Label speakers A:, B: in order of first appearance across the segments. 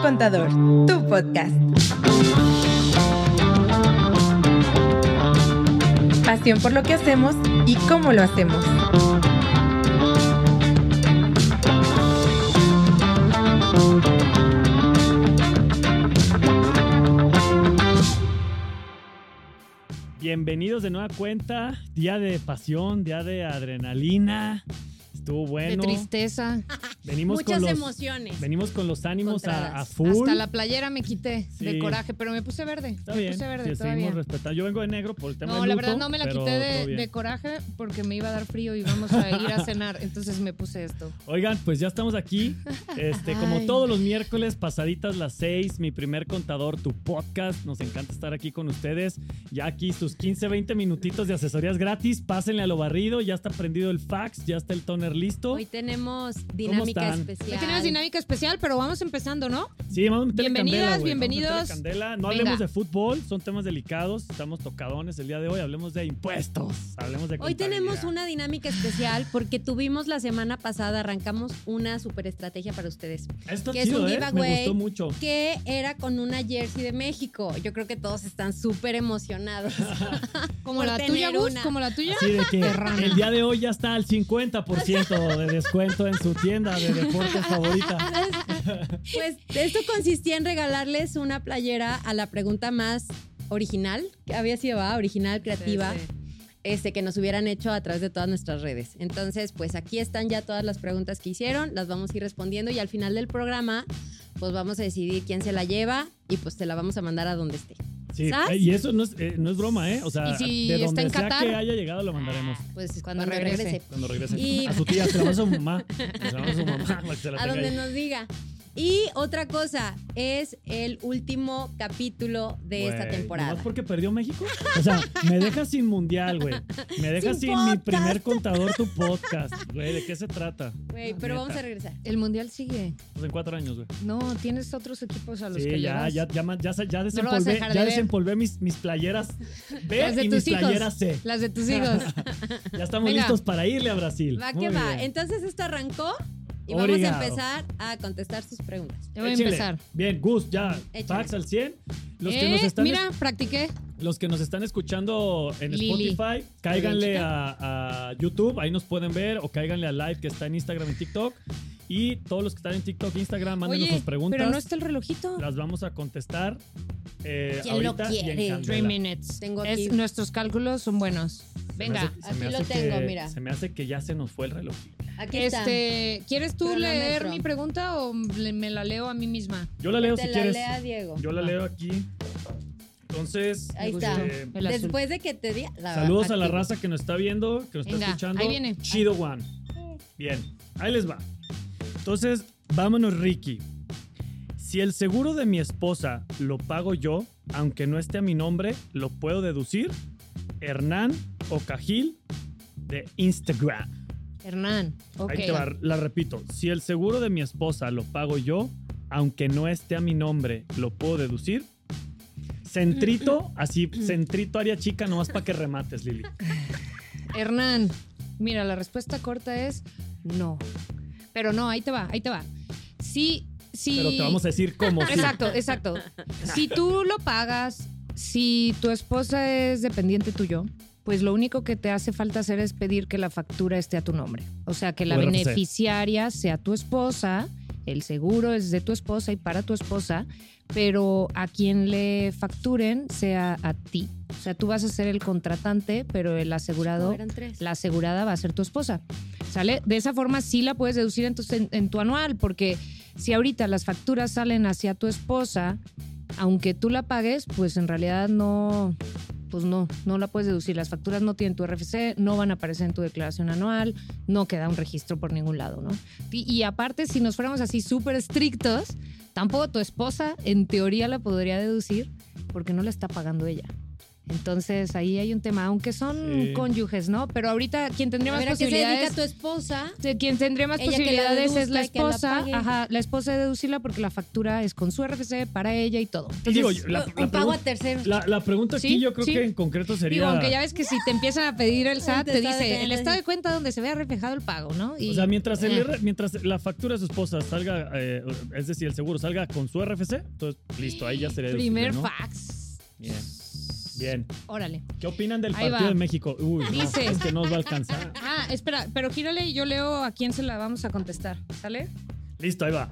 A: Contador, tu podcast. Pasión por lo que hacemos y cómo lo hacemos.
B: Bienvenidos de nueva cuenta, día de pasión, día de adrenalina. Estuvo
C: de
B: bueno.
C: tristeza.
B: Venimos
D: Muchas
B: con los,
D: emociones.
B: Venimos con los ánimos a, a
C: Contradas.
B: full.
C: Hasta la playera me quité
B: Sí.
C: de coraje, pero me puse verde.
B: Está
C: me
B: bien.
C: puse verde
B: sí,
C: todavía.
B: seguimos respetando. Yo vengo de negro por el tema
C: No,
B: del
C: la
B: luto,
C: verdad no me la
B: pero
C: quité
B: todo
C: de,
B: bien.
C: de coraje porque me iba a dar frío y vamos a ir a cenar. Entonces me puse esto.
B: Oigan, pues ya estamos aquí. Este, como
C: Ay.
B: todos los miércoles, pasaditas las seis, mi primer contador, tu podcast. Nos encanta estar aquí con ustedes. Ya aquí sus 15, 20 minutitos de asesorías gratis. Pásenle a lo barrido. Ya está prendido el fax, ya está el toner listo.
D: Hoy tenemos dinámica
B: están?
D: especial.
C: Hoy tenemos dinámica especial, pero vamos empezando, ¿no?
B: Sí, vamos a meterle candela, güey.
C: Bienvenidas,
B: Vamos a meterle
C: bienvenidos.
B: candela. No
C: Venga.
B: hablemos de fútbol, son temas delicados. Estamos tocadones el día de hoy. Hablemos de impuestos. Hablemos de
D: Hoy tenemos
B: contabilidad.
D: una dinámica especial porque tuvimos la semana pasada, arrancamos una super estrategia para ustedes,
B: Esto
D: que
B: es
D: es
B: chido,
D: un
B: ¿eh? Me
D: giveaway.
B: gustó mucho.
D: que era con una jersey de México. Yo creo que todos están súper emocionados.
C: Como
D: Por
C: la
D: tener
C: tuya, Gus,
D: una.
C: como la tuya.
B: Así de que el día de hoy ya está al 50% de descuento en su tienda de deportes favorita.
D: Pues esto consistía en regalarles una playera a la pregunta más original, que había sido ¿verdad? original, creativa,
C: Sí, sí.
D: este que nos hubieran hecho a través de todas nuestras redes. Entonces, pues aquí están ya todas las preguntas que hicieron, las vamos a ir respondiendo y al final del programa, pues vamos a decidir quién se la lleva y pues te la vamos a mandar a donde esté.
B: Sí,
D: ¿Sas?
B: eh, y eso no es, eh, no es broma, ¿eh? O sea,
C: Y si
B: de
C: está
B: donde
C: en
B: sea
C: Qatar.
B: que haya llegado lo mandaremos.
D: Pues
C: Cuando
D: cuando,
C: regrese.
D: regrese.
B: Cuando regrese.
D: Y-
B: A su tía, se la vamos a su mamá. Se la vamos a su mamá. para que se la
D: A
B: tenga
D: donde
B: ahí.
D: nos diga. Y otra cosa, es el último capítulo de esta
B: Güey,
D: temporada.
B: ¿nomás porque perdió México? O sea, me deja sin mundial, güey. Me deja sin,
D: Sin
B: mi
D: podcast.
B: primer contador tu podcast, güey. ¿De qué se trata?
D: Güey,
B: Neta.
D: pero vamos a regresar.
C: El mundial sigue.
B: Pues en cuatro años, güey.
C: No, tienes otros equipos a los que
B: Sí, ya,
C: llevas.
B: ya, ya, ma- ya, sa- ya
C: No lo vas a
B: desempolvé,
C: dejar de
B: ya
C: ver.
B: desempolvé mis, mis playeras B
C: Las de
B: y
C: tus
B: mis
C: hijos.
B: playeras C.
C: Las de tus hijos.
B: Ya estamos
C: Venga.
B: listos para irle a Brasil.
D: Va
B: Muy
D: que va.
B: bien.
D: Entonces esto arrancó y
B: Obligado.
D: vamos a empezar a contestar sus preguntas.
C: Ya voy a
B: Échele.
C: empezar.
B: Bien, Gus, ya,
D: Échale.
B: fax al 100. Los, que
C: Eh,
B: nos están
C: mira, practiqué.
B: Los que nos están escuchando en
C: Lili.
B: Spotify, cáiganle
C: chica.
B: a, a YouTube, ahí nos pueden ver, o cáiganle a Live que está en Instagram y TikTok. Y todos los que están en TikTok e Instagram, mándenos
C: Oye,
B: sus preguntas.
C: pero no está el relojito.
B: Las vamos a contestar eh,
D: ¿Quién lo
B: ahorita y en
D: quiere?
C: Three
B: candela.
C: minutes.
D: Tengo
C: Es-
D: aquí.
C: nuestros cálculos son buenos.
B: Se me
C: Venga,
B: hace- se
D: aquí
B: me
D: lo
B: hace
D: tengo,
B: que-
D: mira.
B: Se me hace que ya se nos fue el reloj.
D: Aquí está.
C: este, ¿quieres tú
D: Cronómetro.
C: leer mi pregunta o le- me la leo a mí misma?
B: Yo la leo
D: Te
B: si
D: la
B: quieres.
D: lea Diego.
B: Yo la
C: Ah.
B: leo aquí. Entonces,
D: Ahí
B: eh,
D: está.
C: El azul.
D: Después de que te di la-
B: saludos a la
D: activo.
B: raza que nos está viendo, que nos está
C: Venga,
B: escuchando.
C: ahí viene.
B: Chido One. Bien, ahí les va. Entonces, vámonos, Ricky. Si el seguro de mi esposa lo pago yo, aunque no esté a mi nombre, lo puedo deducir. Hernán o Cajil de Instagram.
C: Hernán. Ok.
B: Ahí te va, la repito. Si el seguro de mi esposa lo pago yo, aunque no esté a mi nombre, lo puedo deducir.
C: Mm.
B: Centrito, así, centrito área chica, nomás para que remates, Lili.
C: Hernán, mira, la respuesta corta es no. Pero no, ahí te va, ahí te va. Sí, sí.
B: Pero te vamos a decir cómo. sí.
C: Exacto, exacto. Si tú lo pagas, si tu esposa es dependiente tuyo, pues lo único que te hace falta hacer es pedir que la factura esté a tu nombre. O sea, que la
B: URFC.
C: beneficiaria sea tu esposa, el seguro es de tu esposa y para tu esposa, pero a quien le facturen sea a ti. O sea, tú vas a ser el contratante, pero el
D: No,
C: asegurado
D: eran tres.
C: la asegurada va a ser tu esposa. ¿Sale? De esa forma sí la puedes deducir en tu, en- en tu anual, porque si ahorita las facturas salen hacia tu esposa, aunque tú la pagues, pues en realidad no, pues no, no la puedes deducir. Las facturas no tienen tu RFC, no van a aparecer en tu declaración anual, no queda un registro por ningún lado, ¿no? Y, y aparte, si nos fuéramos así súper estrictos, tampoco tu esposa en teoría la podría deducir porque no la está pagando ella. Entonces ahí hay un tema, aunque son
B: Sí.
C: cónyuges, ¿no? Pero ahorita quien tendría
D: A
C: más
D: ver, ¿a qué se dedica
C: posibilidades
D: tu esposa?
C: de quien tendría más
D: Ella que la
C: posibilidades es la
D: deduzca y que la
C: esposa.
D: pague.
C: ajá, la esposa de deducirla porque la factura es con su RFC para ella y todo.
B: Y digo,
C: Entonces,
B: la, la
D: un pago a
B: pregunta,
D: terceros.
B: la- la pregunta aquí
C: Sí,
B: yo creo
C: sí.
B: que en concreto
C: digo,
B: sería...
C: aunque ya ves que si te empiezan a pedir el SAT,
D: Te
C: te
D: está
C: dice el
D: deteniendo.
C: estado de cuenta donde se vea reflejado el pago, ¿no? Y-
B: O sea, mientras, el
C: eh.
B: R- mientras la factura de su esposa salga, eh, es decir, el seguro salga con su RFC, entonces listo, ahí ya sería deducible,
C: Primer
B: ¿no?
C: fax.
B: Bien. Bien.
C: Órale.
B: ¿Qué opinan del
C: Ahí
B: Partido
C: va.
B: de México? Uy, no,
C: Dice-
B: es que no os va a alcanzar.
C: Ah, espera, pero gírale y yo leo a quién se la vamos a contestar, ¿sale?
B: Listo, ahí va.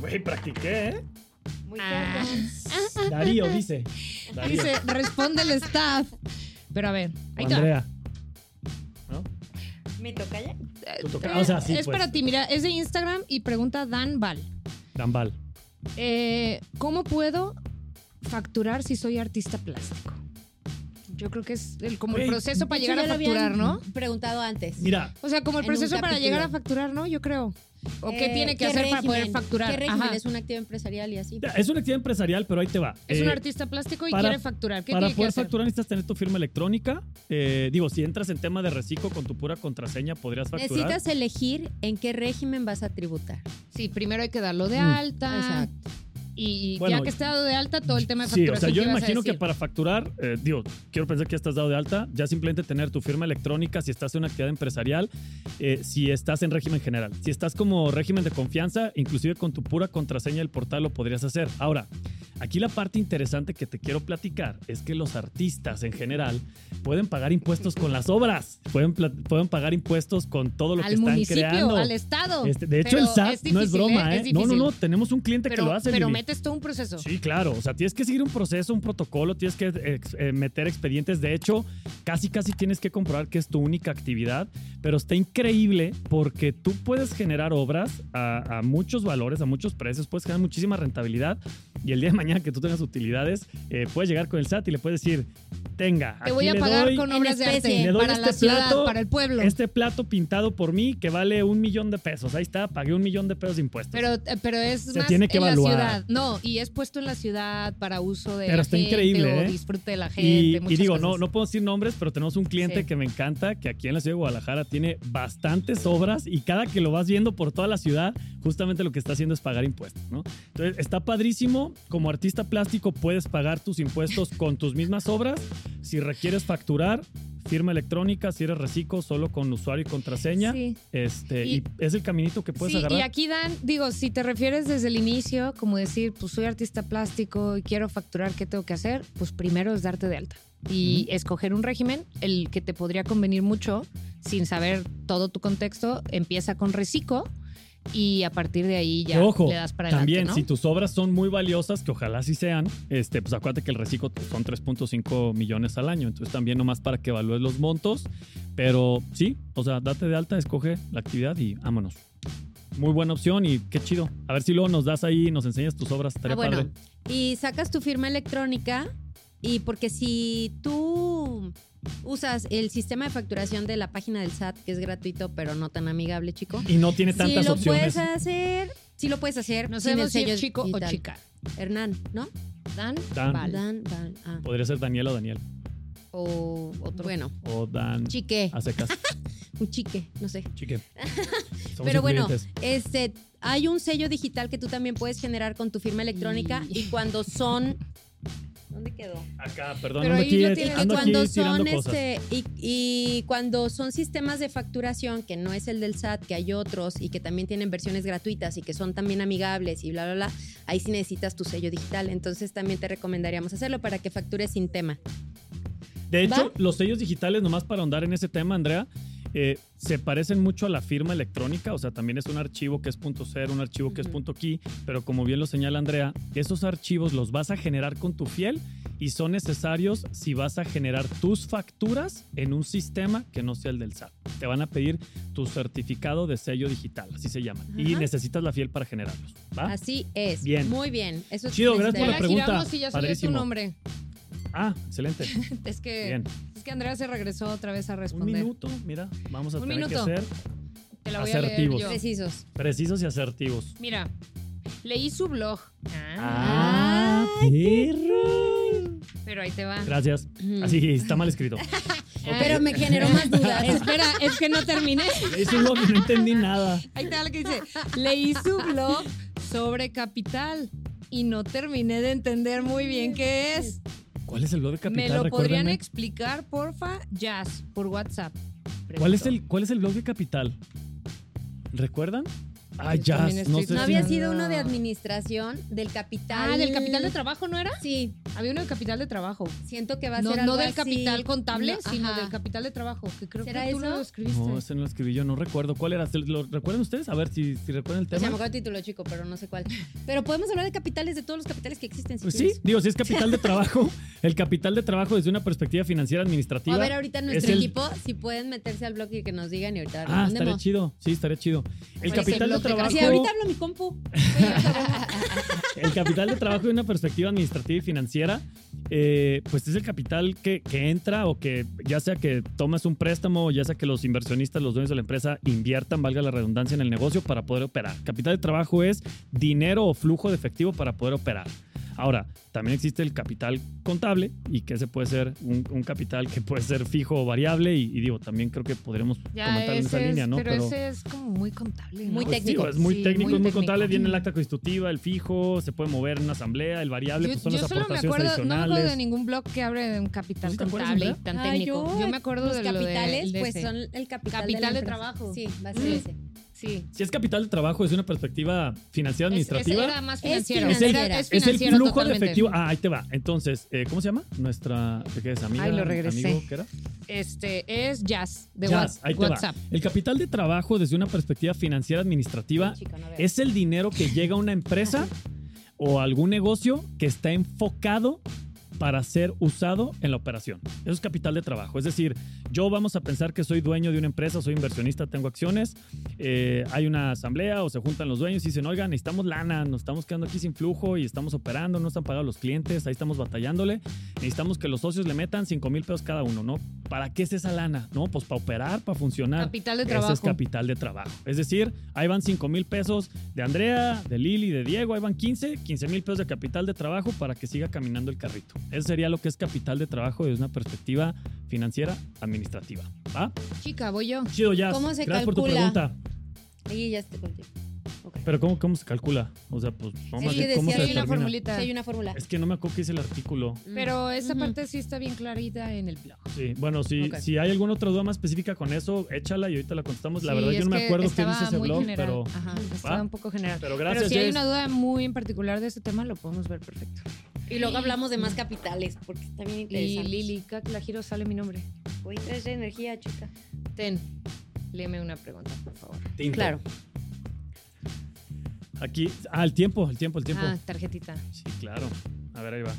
B: Güey, practiqué, ¿eh?
C: Ah.
B: Darío dice. Darío.
C: Dice, responde el staff. Pero a ver, ahí está.
B: Andrea. ¿No?
D: ¿Me toca ya?
B: Tú toca- O sea, sí,
C: Eh, es
B: pues.
C: para ti, mira, es de Instagram y pregunta Dan Val.
B: Dambal.
C: Eh, ¿Cómo puedo facturar si soy artista plástico? Yo creo que es el, como el
B: Güey,
C: proceso para
D: De hecho,
C: llegar a
D: ya lo habían
C: facturar, ¿no?
D: Preguntado antes.
B: Mira,
C: O sea, como el
D: en un
C: proceso para
D: capítulo.
C: llegar a facturar, ¿no? Yo creo. ¿O qué
D: Eh,
C: tiene que hacer para poder
D: régimen?
C: facturar?
D: ¿Qué régimen
C: Ajá.
D: es un activo empresarial y así?
B: es una actividad empresarial, pero ahí te va.
C: Es un
B: Eh,
C: artista plástico y
B: para-
C: quiere facturar. ¿Qué
B: Para
C: tiene que
B: poder
C: hacer?
B: facturar necesitas tener tu firma electrónica. Eh, digo, si entras en tema de reciclo con tu pura contraseña, podrías facturar.
D: Necesitas elegir en qué régimen vas a tributar. Ah,
C: Sí, primero hay que darlo de
B: Mm.
C: alta.
D: Exacto.
C: Y, y
B: Bueno,
C: ya que esté dado de alta, todo el tema de
B: Sí, o
C: facturación.
B: sea, yo
C: que ibas a
B: imagino que
C: decir.
B: para facturar, eh, digo, quiero pensar que ya estás dado de alta, ya simplemente tener tu firma electrónica si estás en una actividad empresarial, eh, si estás en régimen general. Si estás como régimen de confianza, inclusive con tu pura contraseña del portal lo podrías hacer. Ahora, aquí la parte interesante que te quiero platicar es que los artistas en general pueden pagar impuestos con las obras, pueden, pla- pueden pagar impuestos con todo lo que
C: al
B: están
C: municipio,
B: creando.
C: al estado.
B: Este, de hecho,
C: Pero
B: el SAT no es
C: difícil,
B: broma, ¿eh?
C: Es
B: no, no, no,
C: difícil.
B: tenemos un cliente
C: Pero,
B: que lo hace.
C: pero
B: Lili.
C: metes todo un proceso.
B: Sí, claro. O sea, tienes que seguir un proceso, un protocolo, tienes que ex- eh, meter expedientes. De hecho, casi, casi tienes que comprobar que es tu única actividad. Pero está increíble porque tú puedes generar obras a, a muchos valores, a muchos precios, puedes generar muchísima rentabilidad. Y el día de mañana que tú tengas utilidades, eh, puedes llegar con el SAT y le puedes decir, tenga,
C: Te
B: aquí
C: voy a
B: le
C: pagar
B: doy
C: con obras de
D: especie.
C: arte
B: Le doy
C: para
B: este
C: la ciudad,
B: plato,
C: para el pueblo.
B: este plato pintado por mí que vale un millón de pesos. Ahí está, pagué un millón de pesos de impuestos.
C: Pero, eh, pero es
B: Se
C: más
B: tiene que
C: en
B: evaluar.
C: la ciudad. No, y es puesto en la ciudad para uso de
B: Pero
C: la
B: está
C: gente
B: increíble,
C: o
B: ¿eh?
C: disfrute de la gente.
B: Y, y
C: muchas
B: digo,
C: cosas.
B: no, no puedo decir nombres, pero tenemos un cliente
C: Sí.
B: que me encanta, que aquí en la ciudad de Guadalajara tiene bastantes obras y cada que lo vas viendo por toda la ciudad, justamente lo que está haciendo es pagar impuestos, ¿no? Entonces, está padrísimo, como artista plástico puedes pagar tus impuestos con tus mismas obras, si requieres facturar, firma electrónica, si eres reciclo, solo con usuario y contraseña,
C: Sí.
B: este, y,
C: Y-
B: es el caminito que puedes
C: Sí,
B: agarrar.
C: y aquí dan, digo, si te refieres desde el inicio, como decir, pues soy artista plástico y quiero facturar, ¿qué tengo que hacer? Pues primero es darte de alta y escoger un régimen, el que te podría convenir mucho, sin saber todo tu contexto, empieza con reciclo y a partir de ahí ya
B: Que, ojo,
C: le das para adelante,
B: También,
C: ¿no?
B: si tus obras son muy valiosas, que ojalá sí sean, este, pues acuérdate que el reciclo son 3.5 millones al año. Entonces, también nomás para que evalúes los montos. Pero sí, o sea, date de alta, escoge la actividad y vámonos. Muy buena opción y qué chido. A ver si luego nos das ahí, nos enseñas tus obras. Estaría
D: Ah, bueno.
B: padre.
D: Y sacas tu firma electrónica y porque si tú usas el sistema de facturación de la página del SAT, que es gratuito pero no tan amigable, chico,
B: Y no tiene
D: si
B: tantas
D: lo
B: opciones.
D: puedes hacer, si lo puedes hacer,
C: No
D: sin el
C: sabemos si
D: sello
C: es chico o
D: digital.
C: chica.
D: Hernán, ¿no?
C: Dan,
B: Dan.
C: Val.
D: Dan, Dan, ah.
B: Podría ser Daniel o Daniel.
C: o otro.
D: Bueno,
B: O Dan.
D: chique,
B: Hace caso.
D: un chique, no sé.
B: Chique. Somos
D: Pero bueno,
B: incluyentes.
D: este, hay un sello digital que tú también puedes generar con tu firma electrónica
C: Y-
D: y, cuando son... ¿Dónde quedó?
B: Acá, perdón,
C: Pero
B: ando
C: ahí lo
B: aquí,
D: Y
C: tienes.
D: que
B: ando aquí
D: cuando
B: tirando
D: son
B: cosas.
D: este y, y cuando son sistemas de facturación que no es el del SAT, que hay otros y que también tienen versiones gratuitas y que son también amigables y bla bla bla, ahí sí necesitas tu sello digital, entonces también te recomendaríamos hacerlo para que factures sin tema.
B: De hecho,
D: ¿Va?
B: los sellos digitales, nomás para ahondar en ese tema, Andrea, eh, se parecen mucho a la firma electrónica, o sea, también es un archivo que es punto .0, un archivo que es
D: Ujú.
B: punto .key, pero como bien lo señala Andrea, esos archivos los vas a generar con tu fiel y son necesarios si vas a generar tus facturas en un sistema que no sea el del SAT. Te van a pedir tu certificado de sello digital, así se llama, y
D: Ajá.
B: necesitas la fiel para generarlos, ¿va?
D: Así es.
B: Ah, Bien.
D: Muy bien. Eso es
B: Chido, gracias por la
C: Ya la
D: necesario.
B: pregunta.
C: giramos y ya salió
B: Padrísimo.
C: tu nombre.
B: Ah, excelente,
C: Es que,
B: bien.
C: es que Andrea se regresó otra vez a
B: Un
C: responder.
B: minuto, mira, vamos a
C: Un
B: tener
C: minuto.
B: que ser
C: Te la voy
B: Asertivos.
C: a leer yo.
D: Precisos.
B: precisos y asertivos.
C: Mira, leí su blog.
B: Ah, Perro.
C: Pero ahí te va.
B: Gracias.
D: Mm.
B: Así está mal escrito.
D: Pero me generó más dudas.
C: Espera, es que no terminé.
B: Eso es lo que no entendí nada.
C: Ahí está lo que dice. Leí su blog sobre capital y no terminé de entender muy bien qué es.
B: ¿Cuál es el blog de capital?
C: ¿Me lo podrían
B: Recuérdenme.
C: explicar, porfa? Jazz, por WhatsApp.
B: ¿Cuál es, el, ¿Cuál es el blog de capital? ¿Recuerdan? Ah,
C: Yo
B: ya.
C: también
B: No
C: estoy-
B: sé
D: No
B: si-
D: había sido uno de administración del capital.
C: Ah, del capital de trabajo, ¿no era?
D: Sí,
C: Había uno de capital de trabajo.
D: siento que va a
C: No,
D: ser
C: no
D: algo
C: del
D: así.
C: capital contable,
D: No,
C: sino
D: ajá.
C: del capital de trabajo, que creo que tú
D: ¿Será eso?
C: lo escribiste.
B: No, ese no lo escribí yo, no recuerdo. ¿Cuál era? ¿Se ¿Lo recuerdan ustedes? A ver si, si recuerdan el
D: O sea, me
B: tema.
D: acuerdo el título chico, pero no sé cuál. Pero podemos hablar de capitales, de todos los capitales que existen. Si
B: Pues sí,
D: quieres.
B: digo, si es capital de trabajo, el capital de trabajo desde una perspectiva financiera administrativa.
D: O a ver, ahorita
B: Es
D: nuestro
B: el-
D: equipo, si pueden meterse al blog y que nos digan y ahorita
B: Ah, estaría
D: respondemos.
B: chido. Sí, estaría chido. El
C: Oye,
B: capital de
C: ese blog de-
B: trabajo.
D: Sí, ahorita hablo mi compu.
B: El capital de trabajo de una perspectiva administrativa y financiera, eh, pues es el capital que, que entra o que ya sea que tomas un préstamo, ya sea que los inversionistas, los dueños de la empresa inviertan, valga la redundancia, en el negocio para poder operar. Capital de trabajo es dinero o flujo de efectivo para poder operar. Ahora, también existe el capital contable y que ese puede ser un, un capital que puede ser fijo o variable y, y digo, también creo que podremos comentar en esa
C: ese
B: línea,
C: es-
B: ¿no?
C: Pero, ese es como muy contable. ¿no?
D: Muy
B: Pues
D: técnico.
B: digo, es muy
C: Sí,
B: técnico, es muy
C: técnico.
B: contable. Viene el acta constitutiva, el fijo, se puede mover en una asamblea, el variable,
C: Yo,
B: pues son
C: yo
B: las
C: solo me
B: aportaciones
C: acuerdo, no me
B: adicionales.
C: acuerdo de ningún blog que hable de un capital
B: ¿Sí te acuerdas,
C: contable y
B: Andrea?
C: tan
D: Ah,
C: técnico.
D: yo-
C: yo me acuerdo
D: Los
C: de lo de-
D: capitales,
C: de
D: pues
C: ese.
D: son el capital,
C: Capital
D: de, la
C: de
D: empresa.
C: trabajo.
D: Sí, va a ser
C: Mm.
D: ese.
C: Sí.
B: Si es capital de trabajo desde una perspectiva financiera
C: Es- ese
B: administrativa,
C: era más
D: Es
C: financiero.
D: financiera.
C: era-
D: Es el
B: es el
C: financiero
B: flujo
C: totalmente.
B: de efectivo. Ah, ahí te va. Entonces, eh, ¿cómo se llama? Nuestra, ¿qué es? Amiga,
C: Ay, lo regresé.
B: amigo, ¿qué era?
C: Este es Jazz de
B: Ya,
C: Whats-
B: ahí te va.
C: WhatsApp.
B: El capital de trabajo desde una perspectiva financiera administrativa
D: Chico, no veo.
B: es el dinero que llega a una empresa o a algún negocio que está enfocado para ser usado en la operación. Eso es capital de trabajo. Es decir, yo vamos a pensar que soy dueño de una empresa, soy inversionista, tengo acciones, eh, hay una asamblea o se juntan los dueños y dicen, oigan, necesitamos lana, nos estamos quedando aquí sin flujo y estamos operando, no están pagados los clientes, ahí estamos batallándole, necesitamos que los socios le metan 5 mil pesos cada uno, ¿no? ¿Para qué es esa lana? No, pues para operar, para funcionar.
C: Capital de
B: Ah, Ese
C: trabajo.
B: es capital de trabajo. Es decir, ahí van 5 mil pesos de Andrea, de Lili, de Diego, ahí van 15, 15 mil pesos de capital de trabajo para que siga caminando el carrito. Eso sería lo que es capital de trabajo desde una perspectiva financiera administrativa. ¿Va?
C: Chica, voy yo.
B: Chido, ya.
D: ¿Cómo se
B: Gracias por tu
D: calcula?
B: pregunta.
D: Y ya estoy contigo. Ok.
B: Pero ¿cómo, cómo se calcula? O sea, pues vamos
D: Sí,
B: a ver cómo
D: decía
B: se
C: Hay una
D: Lili la
B: determina.
C: formulita.
D: Sí, hay una fórmula.
B: Es que no me acuerdo que hice el artículo.
C: Pero esa
D: Ujú.
C: parte sí está bien clarita en el blog.
B: Sí, bueno, si,
D: Ok.
B: si hay alguna otra duda más específica con eso, échala y ahorita la contestamos. Pues, La
C: Sí,
B: verdad, yo
C: es
B: no me
C: que
B: acuerdo quién
C: estaba
B: hizo ese
C: muy
B: blog,
C: general.
B: pero,
C: Ajá, estaba un poco general.
B: pero gracias.
C: Pero si hay
B: Jess.
C: una duda muy en particular de este tema, lo podemos ver perfecto.
D: Y luego hablamos de más capitales, porque está bien
C: Y
D: interesante.
C: Lili, cac, la giro, sale mi nombre.
D: Hoy traes energía, chica.
C: Ten, léeme una pregunta, por favor.
B: Tinto.
D: Claro.
B: Aquí, ah, el tiempo, el tiempo, el tiempo.
C: Ah, tarjetita.
B: Sí, claro. A ver, ahí va.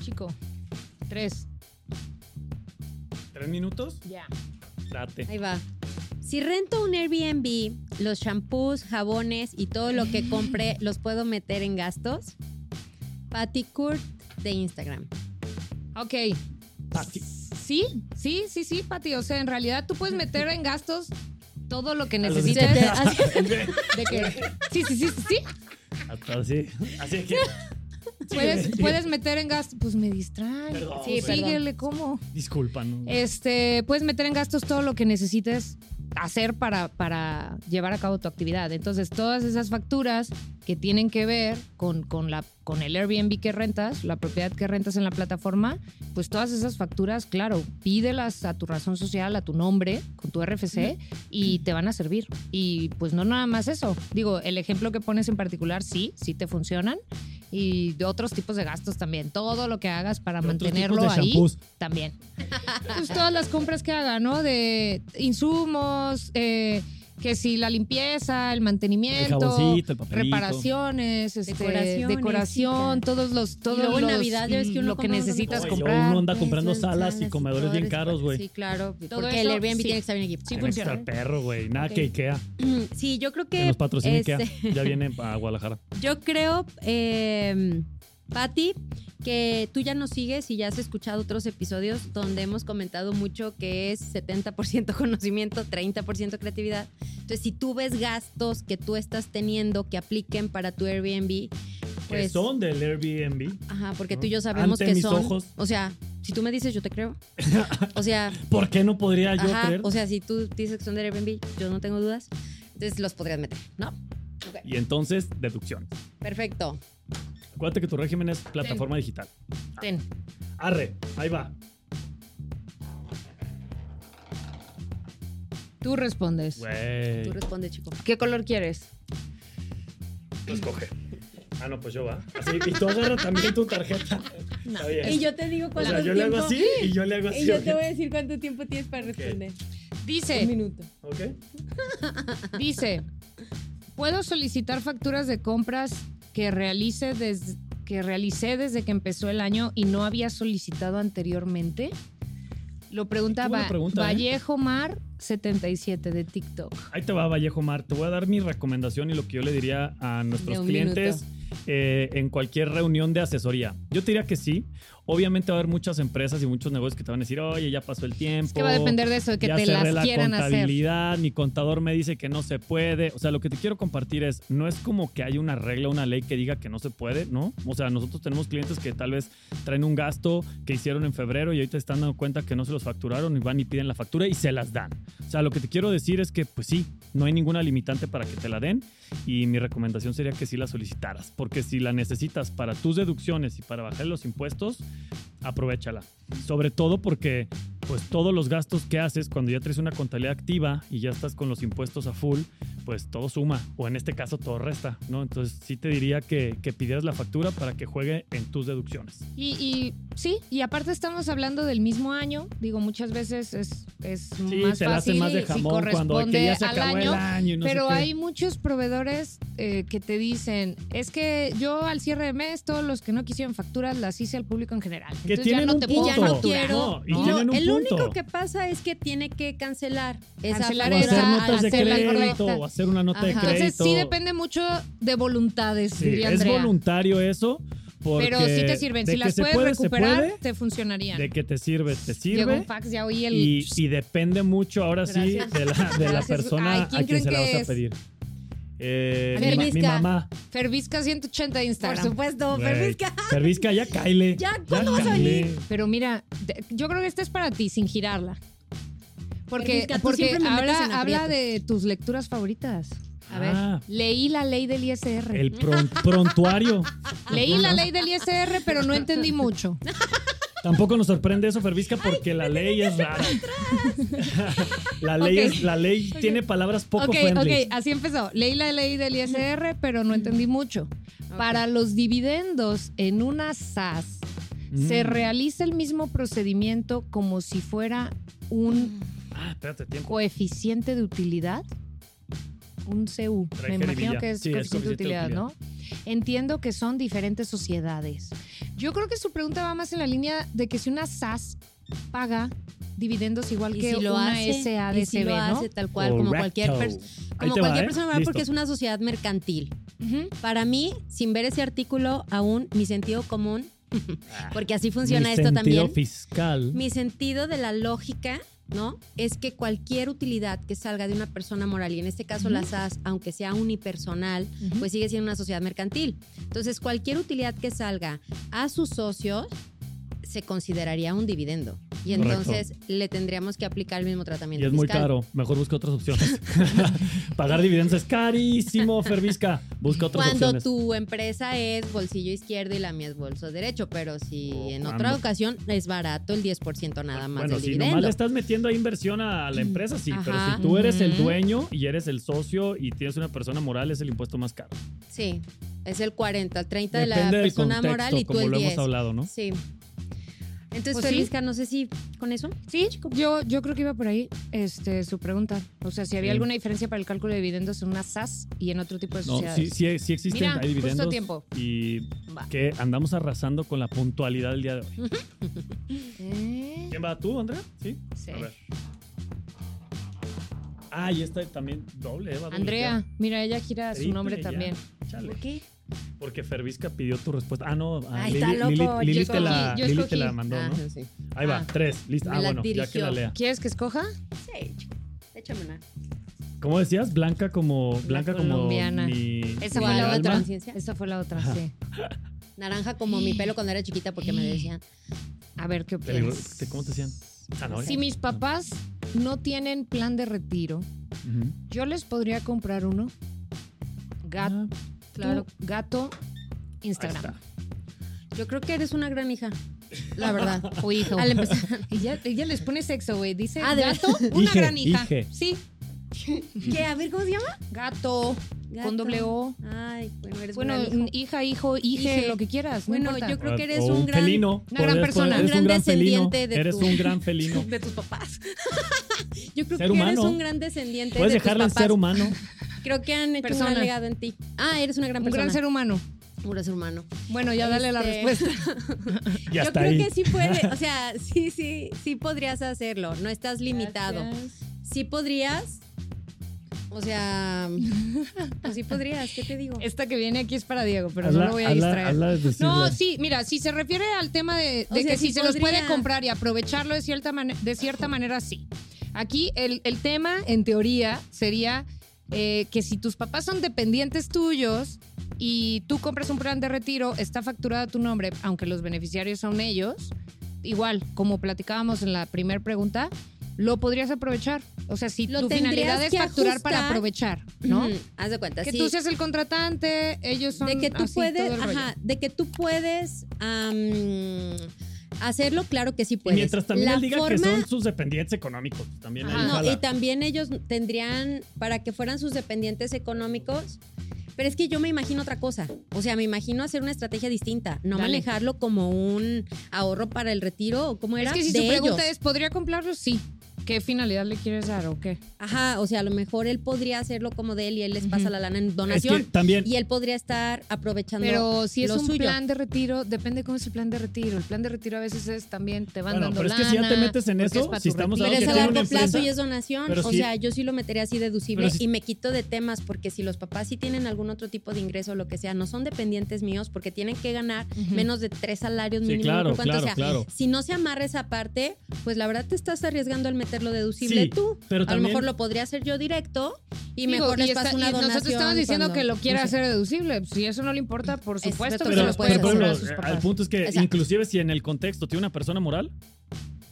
C: Chico, tres.
B: ¿Tres minutos?
C: Ya.
B: Date.
D: Ahí va. Si rento un Airbnb, los shampoos, jabones y todo lo que compre, ¿los puedo meter en gastos? Patty Kurt de Instagram.
C: Ok.
B: Pati.
C: Sí, sí, sí, sí, Pati. O sea, en realidad tú puedes meter en gastos todo lo que
B: los
C: necesites.
D: Así-
C: De que, sí, sí, sí, sí, sí.
B: Hasta así. Así que.
C: Puedes,
B: Síguele,
C: puedes meter en gastos. Pues me distrae.
B: Perdón,
C: sí,
D: güey.
C: síguele, ¿cómo?
B: síguele. Discúlpanos.
D: Eh,
C: Este, puedes meter en gastos todo lo que necesites hacer para, para llevar a cabo tu actividad. Entonces, todas esas facturas que tienen que ver con, con, la, con el Airbnb que rentas, la propiedad que rentas en la plataforma, pues todas esas facturas, claro, pídelas a tu razón social, a tu nombre, con tu RFC, y te van a servir. Y pues no nada más eso. Digo, el ejemplo que pones en particular, sí, sí te funcionan. Y de otros tipos de gastos también. Todo lo que hagas para
B: De otros
C: mantenerlo
B: tipos de
C: ahí
B: shampoos.
C: también. Pues todas las compras que haga, ¿no? De insumos, eh, que si la limpieza, el
B: El
C: mantenimiento,
B: jaboncito, el papelito.
C: reparaciones, este,
D: Decoraciones,
C: decoración,
D: chica.
C: todos los, todos
D: luego en
C: los-
D: Navidad ya ves que uno
C: lo que
D: compra un montón de
C: necesitas
B: Oye,
D: cosas.
B: luego
C: comprar.
B: uno anda comprando
D: Eso,
B: salas y
D: salas y
B: comedores bien
D: todo
B: caros,
D: eso.
B: güey.
D: Sí, claro.
C: Todo
D: porque el
C: eso,
D: Airbnb
C: sí.
D: tiene que estar bien equipo.
C: Sí,
B: Tiene que
C: funciona.
B: estar perro, güey. Nada
D: Ok.
B: que Ikea.
D: Sí, yo creo
B: Que
D: que.
B: nos patrocine
D: este,
B: Ikea. Ya viene a Guadalajara.
D: Yo creo eh, Patti, que tú ya nos sigues y ya has escuchado otros episodios donde hemos comentado mucho que es 70% conocimiento, 30% creatividad. Entonces, si tú ves gastos que tú estás teniendo que apliquen para tu Airbnb,
B: que
D: pues...
B: son del Airbnb.
D: Ajá, porque
B: ¿no?
D: tú y yo sabemos
B: Ante
D: que
B: mis
D: son...
B: ojos.
D: O sea, si tú me dices, yo te creo. O sea,
B: ¿Por qué no podría yo
D: ajá,
B: creer?
D: o sea, si tú dices que son de Airbnb, yo no tengo dudas. Entonces, los podrías meter, ¿no? Ok,
B: y entonces, deducción.
D: Perfecto.
B: Acuérdate que tu régimen es plataforma digital.
D: Ten.
B: Arre, ahí va.
C: Tú respondes.
B: Güey.
D: Tú respondes, chico.
C: ¿Qué color quieres?
B: Tú escoge. Ah, no, pues yo va. Así, y tú agarra también tu tarjeta. Está bien.
D: Y yo te digo
B: o
D: cuánto
B: sea, yo le
D: tiempo.
B: hago así y yo le hago así.
D: Y yo
B: ok.
D: te voy a decir cuánto tiempo tienes para responder. Un
C: Dice,
D: minuto.
B: ¿Ok?
C: dice, ¿puedo solicitar facturas de compras que realice des- que realicé desde que empezó el año y no había solicitado anteriormente? Lo
B: Qué buena
C: preguntaba
B: pregunta, ¿eh?
C: Vallejo Mar 77 de TikTok.
B: Ahí te va, Vallejo Mar. Te voy a dar mi recomendación y lo que yo le diría a
D: De
B: nuestros
D: un
B: clientes eh, en cualquier reunión de asesoría. Yo te diría que sí. Obviamente va a haber muchas empresas y muchos negocios que te van a decir, oye, ya pasó el tiempo.
C: Es que va a depender de eso, de que
B: ya
C: te
B: cerré
C: las
B: la
C: quieran hacer.
B: contabilidad, mi contador me dice que no se puede. O sea, lo que te quiero compartir es, no es como que hay una regla, una ley que diga que no se puede, ¿no? O sea, nosotros tenemos clientes que tal vez traen un gasto que hicieron en febrero y ahorita están dando cuenta que no se los facturaron y van y piden la factura y se las dan. O sea, lo que te quiero decir es que, pues sí, no hay ninguna limitante para que te la den y mi recomendación sería que sí la solicitaras, porque si la necesitas para tus deducciones y para bajar los impuestos, aprovechala. Sobre todo porque pues todos los gastos que haces cuando ya traes una contabilidad activa y ya estás con los impuestos a full, pues todo suma, o en este caso todo resta, ¿no? Entonces sí te diría que, que pidieras la factura para que juegue en tus deducciones.
C: Y, y sí, y aparte estamos hablando del mismo año. Digo, muchas veces es, es
B: Sí,
C: más
B: te la
C: fácil
B: hacen más de
C: y-
B: jamón
C: si
B: cuando de
C: corresponde
B: que ya se
C: al
B: acabó
C: año.
B: el año y no sé
C: pero
B: qué.
C: hay muchos proveedores eh, que te dicen, es que yo al cierre de mes, todos los que no quisieron facturas las hice al público en general.
B: Que
C: Entonces
B: tienen
C: ya no
B: un
C: te
B: punto.
C: puedo
D: Y ya no
C: facturar".
D: quiero.
B: y
C: ¿no?
B: tienen un
D: el
B: punto.
D: único que pasa es que tiene que cancelar esa
C: Cancelar
B: o
C: esa,
B: hacer
D: factura,
B: notas de
C: hacer la
B: crédito,
C: correcta.
B: o hacer una nota de
D: Ajá.
B: crédito.
C: Entonces sí depende mucho de voluntades,
B: Sí,
C: diría
B: es
C: Andrea.
B: voluntario eso. Porque
C: pero sí te sirven.
B: de
C: Si
B: que
C: las
B: se
C: puedes
B: puede, se
C: recuperar,
B: puede,
C: te funcionarían.
B: de que te sirve, te
C: Llegó un
B: sirve.
C: fax, ya oí el...
B: Y, y depende mucho ahora sí
C: Gracias.
B: de la, de la
C: Gracias.
B: persona
C: Ay,
B: a quien
C: ¿quién creen
B: se la
C: que
B: vas
C: es?
B: a pedir. Eh,
C: A
B: mi,
C: ver,
B: ma- mi
D: Vizca.
B: mamá.
C: Fervisca 180 de
D: Por
C: Instagram.
D: supuesto,
B: Güey,
D: Fervisca.
B: Fervisca, ya caile.
D: Oh, Ya, ¿cuándo vas a venir?
C: Pero mira, te- yo creo que esta es para ti, sin girarla. Porque,
D: Francisca, tú
C: porque
D: siempre me metes en
C: habla, habla
D: aprietos.
C: de tus lecturas favoritas.
D: A ver.
B: Ah,
C: Leí la ley del ISR.
B: el pron- prontuario.
C: Leí la ley del ISR, pero no entendí mucho.
B: Tampoco nos sorprende eso, Fervisca, porque la ley es rara. la ley,
C: Ok.
B: es, la ley tiene palabras poco
C: ok,
B: friendly.
C: ok, así empezó. Leí la ley del ISR, pero no entendí mucho.
D: Ok.
C: Para los dividendos en una SAS,
B: Mm.
C: se realiza el mismo procedimiento como si fuera un
B: Ah, espérate, tiempo.
C: coeficiente de utilidad, un CU.
B: Trae
C: Me imagino
B: jiribilla.
C: que es
B: Sí, es
C: coeficiente de
B: coeficiente de
C: utilidad, ¿no? Entiendo que son diferentes sociedades. Yo creo que su pregunta va más en la línea de que si una SAS paga dividendos igual
D: Y
C: que
D: si lo
C: una
D: hace,
C: SADCB,
D: y si lo
C: ¿no?
D: hace tal cual, como cualquier,
B: Correcto.
D: pers-
B: Ahí
D: como
B: te va,
D: cualquier
B: ¿eh?
D: persona, ¿verdad?
B: Listo.
D: porque es una sociedad mercantil.
C: Ujú.
D: Para mí, sin ver ese artículo aún, mi sentido común, porque así funciona
B: Mi
D: esto
B: sentido
D: también.
B: fiscal.
D: Mi sentido de la lógica, ¿no? Es que cualquier utilidad que salga de una persona moral, y en este caso
C: Ujú.
D: la SAS, aunque sea unipersonal,
C: Ujú.
D: pues sigue siendo una sociedad mercantil. Entonces, cualquier utilidad que salga a sus socios se consideraría un dividendo. Y
B: Correcto.
D: entonces le tendríamos que aplicar el mismo
B: Y
D: tratamiento.
B: es muy
D: fiscal.
B: caro. Mejor busca otras opciones. Pagar dividendos es carísimo, Fervisca. Busca otras
D: Cuando
B: opciones.
D: tu empresa es bolsillo izquierdo y la mía es bolso derecho, pero si
B: O
D: en
B: cuando-
D: otra ocasión es barato el 10% nada más
B: Oh, bueno,
D: del
B: si nomás
D: dividendo.
B: le estás metiendo ahí inversión a la empresa, sí. Pero
D: Ajá.
B: si tú eres el
C: Ujú.
B: dueño y eres el socio y tienes una persona moral, es el impuesto más caro.
D: Sí, es el 40, el 30 de
B: Depende
D: la
B: del
D: persona
B: contexto,
D: moral y tú
B: como
D: el
B: lo
D: 10.
B: hemos hablado, ¿no?
D: Sí. Entonces,
C: Pues sí.
D: Felisca, no sé si con eso.
C: Sí, yo, yo creo que iba por ahí este, su pregunta. O sea, si había
B: Sí.
C: alguna diferencia para el cálculo de dividendos en una SAS y en otro tipo
D: Pues
C: de
B: No,
C: sociedades.
B: sí, sí, sí existen,
C: Mira,
B: hay
C: justo
B: dividendos.
C: tiempo.
B: Y
D: Va.
B: que andamos arrasando con la puntualidad del día de hoy.
C: ¿Eh?
B: ¿Quién va? ¿Tú, Andrea? Sí.
C: Sí.
B: A ver. Ah, y esta también doble, Eva. doble,
C: Andrea, mira, ella gira su
B: Triple
C: nombre
B: ya.
C: también.
B: ya. Chale.
D: ¿Por qué?
B: Porque Fervisca pidió tu respuesta. Ah, no. ah,
D: Ay,
B: Lili-
D: está loco,
B: Lili-
D: yo
B: Lili te la,
C: escogí, yo
B: Lili te
C: escogí.
B: la mandó,
D: Ah,
B: ¿no?
D: sí.
B: Ahí va,
D: Ah.
B: tres. Listo.
D: Me
B: Ah,
D: la
B: bueno, ya que
D: dirigió.
B: la lea.
C: ¿Quieres que escoja?
D: Sí, chico. Échame una.
B: ¿Cómo decías? Blanca como. Blanca como.
C: colombiana.
B: Mi,
C: Esa
B: mi
C: fue la
B: alma.
C: otra.
D: Conciencia.
C: Esa fue la otra,
B: Ajá.
C: sí.
D: Naranja como mi pelo cuando era chiquita porque me decían.
C: A ver, ¿qué
B: Peligro-
C: opinas?
B: ¿te- eh. ¿Cómo te decían? Ah, Zanahoria.
C: Si mis papás no tienen plan de retiro,
B: Ujú.
C: yo les podría comprar uno. Gato,
B: Ah,
D: claro.
C: gato
B: ahí
C: Instagram.
B: está.
D: Yo creo que eres una gran hija. La verdad.
C: O hijo.
D: Al empezar.
C: Ella, ella les pone sexo, güey. Dice
D: Ah, ¿de
C: gato, una
B: Hije,
C: gran hija.
B: hije.
C: Sí,
D: ¿Qué? A ver, ¿cómo se llama?
C: gato, con doble O.
D: Ay, bueno, eres
C: Bueno,
D: buena hija.
C: hija, hijo, hije,
D: Hije.
C: lo que quieras.
D: Bueno,
C: no importa.
D: yo creo que eres
B: O
D: un gran-
B: felino.
C: gran
B: Podrías poner-
C: persona,
B: eres
D: un gran
B: felino.
D: descendiente de
B: Eres
D: tu-
B: un gran felino.
D: de tus papás. Yo creo
B: Ser
D: que eres
B: humano.
D: un gran descendiente
B: Puedes
D: de tus
B: dejarla en
D: papás.
B: ser humano.
D: Creo que han hecho un
C: Persona.
D: gran legado en ti. Ah, eres una gran
C: un
D: persona.
C: gran ser humano.
D: Un gran ser humano.
C: Bueno, ya dale la
D: Este,
C: respuesta.
B: Y
D: Yo
B: hasta
D: creo
B: ahí.
D: que sí puede, o sea, sí, sí, sí podrías hacerlo. No estás limitado. Sí podrías. O sea, pues sí podrías, ¿qué te digo?
C: Esta que viene aquí es para Diego, pero
B: Hazla-
C: no lo voy a
B: hazla-
C: distraer.
B: hazla desde
C: No,
B: Silvia.
C: sí, mira, si se refiere al tema de,
D: O
C: de
D: sea,
C: que
D: sí
C: si se los puede
D: podría.
C: comprar y aprovecharlo de cierta, mane- de cierta manera, sí. Aquí el, el tema, en teoría, sería eh, que si tus papás son dependientes tuyos y tú compras un plan de retiro, está facturado a tu nombre, aunque los beneficiarios son ellos, igual, como platicábamos en la primera pregunta, lo podrías aprovechar. O sea, si
D: Lo
C: tu
D: tendrías
C: finalidad es
D: que
C: facturar para
D: ajustar.
C: aprovechar, ¿no?
D: Ujú, Haz de cuenta,
C: Mm. Que
D: sí.
C: tú seas el contratante, ellos son
D: de que tú
C: así,
D: puedes,
C: todo el rollo.
D: ajá, de que tú puedes am, hacerlo, claro que sí
B: Y
D: puedes.
B: mientras también
D: La
B: él diga
D: forma-
B: que son sus dependientes económicos. También ahí
C: Ajá.
D: No,
B: jala.
D: y también ellos tendrían, para que fueran sus dependientes económicos, pero es que yo me imagino otra cosa. O sea, me imagino hacer una estrategia distinta, no
C: Dale.
D: manejarlo como un ahorro para el retiro o como era
C: Es que si
D: de
C: su pregunta
D: ellos.
C: es, ¿podría comprarlo? Sí. ¿Qué finalidad le quieres dar o qué?
D: Ajá, o sea, a lo mejor él podría hacerlo como de él y él les pasa
C: Ujú.
D: la lana en
B: Es que
D: donación.
B: también.
D: Y él podría estar aprovechando.
C: Pero si es
D: lo
C: un
D: suyo.
C: plan de retiro, depende cómo es el plan de retiro. El plan de retiro a veces es también te van
B: Bueno,
C: dando
B: pero es que si ya
C: lana,
B: te metes en
C: porque
B: eso,
C: es para
B: si
C: tu
B: estamos
D: pero
C: retiro.
B: hablando
D: es
B: que tiene
D: a largo
B: una
D: plazo
B: empresa,
D: y es donación.
B: pero
D: O
B: sí-
D: sea, yo sí lo metería así deducible
B: Pero sí-
D: y me quito de temas porque si los papás sí tienen algún otro tipo de ingreso o lo que sea, no son dependientes míos porque tienen que ganar
C: Ujú.
D: menos de tres salarios
B: Sí,
D: mínimos.
B: claro,
D: no sé cuánto
B: claro,
D: sea.
B: claro.
D: Si no se amarra esa parte, pues la verdad te estás arriesgando al meterlo deducible
B: Sí,
D: tú.
B: pero
D: a lo
B: también-
D: mejor lo podría hacer yo directo y
C: Digo,
D: mejor les
C: está-
D: paso una
C: y
D: donación.
C: Nosotros estamos diciendo
D: cuando-
C: que lo quiere
D: no sé.
C: hacer deducible. Si eso no le importa, por
D: Es-
C: supuesto que
D: pero se
B: pero,
D: lo
C: los puede
D: puedes
B: pero, por
C: comprar a
B: ejemplo,
C: sus
B: al
C: papás.
B: punto es que
D: O sea-
B: inclusive si en el contexto tiene una persona moral,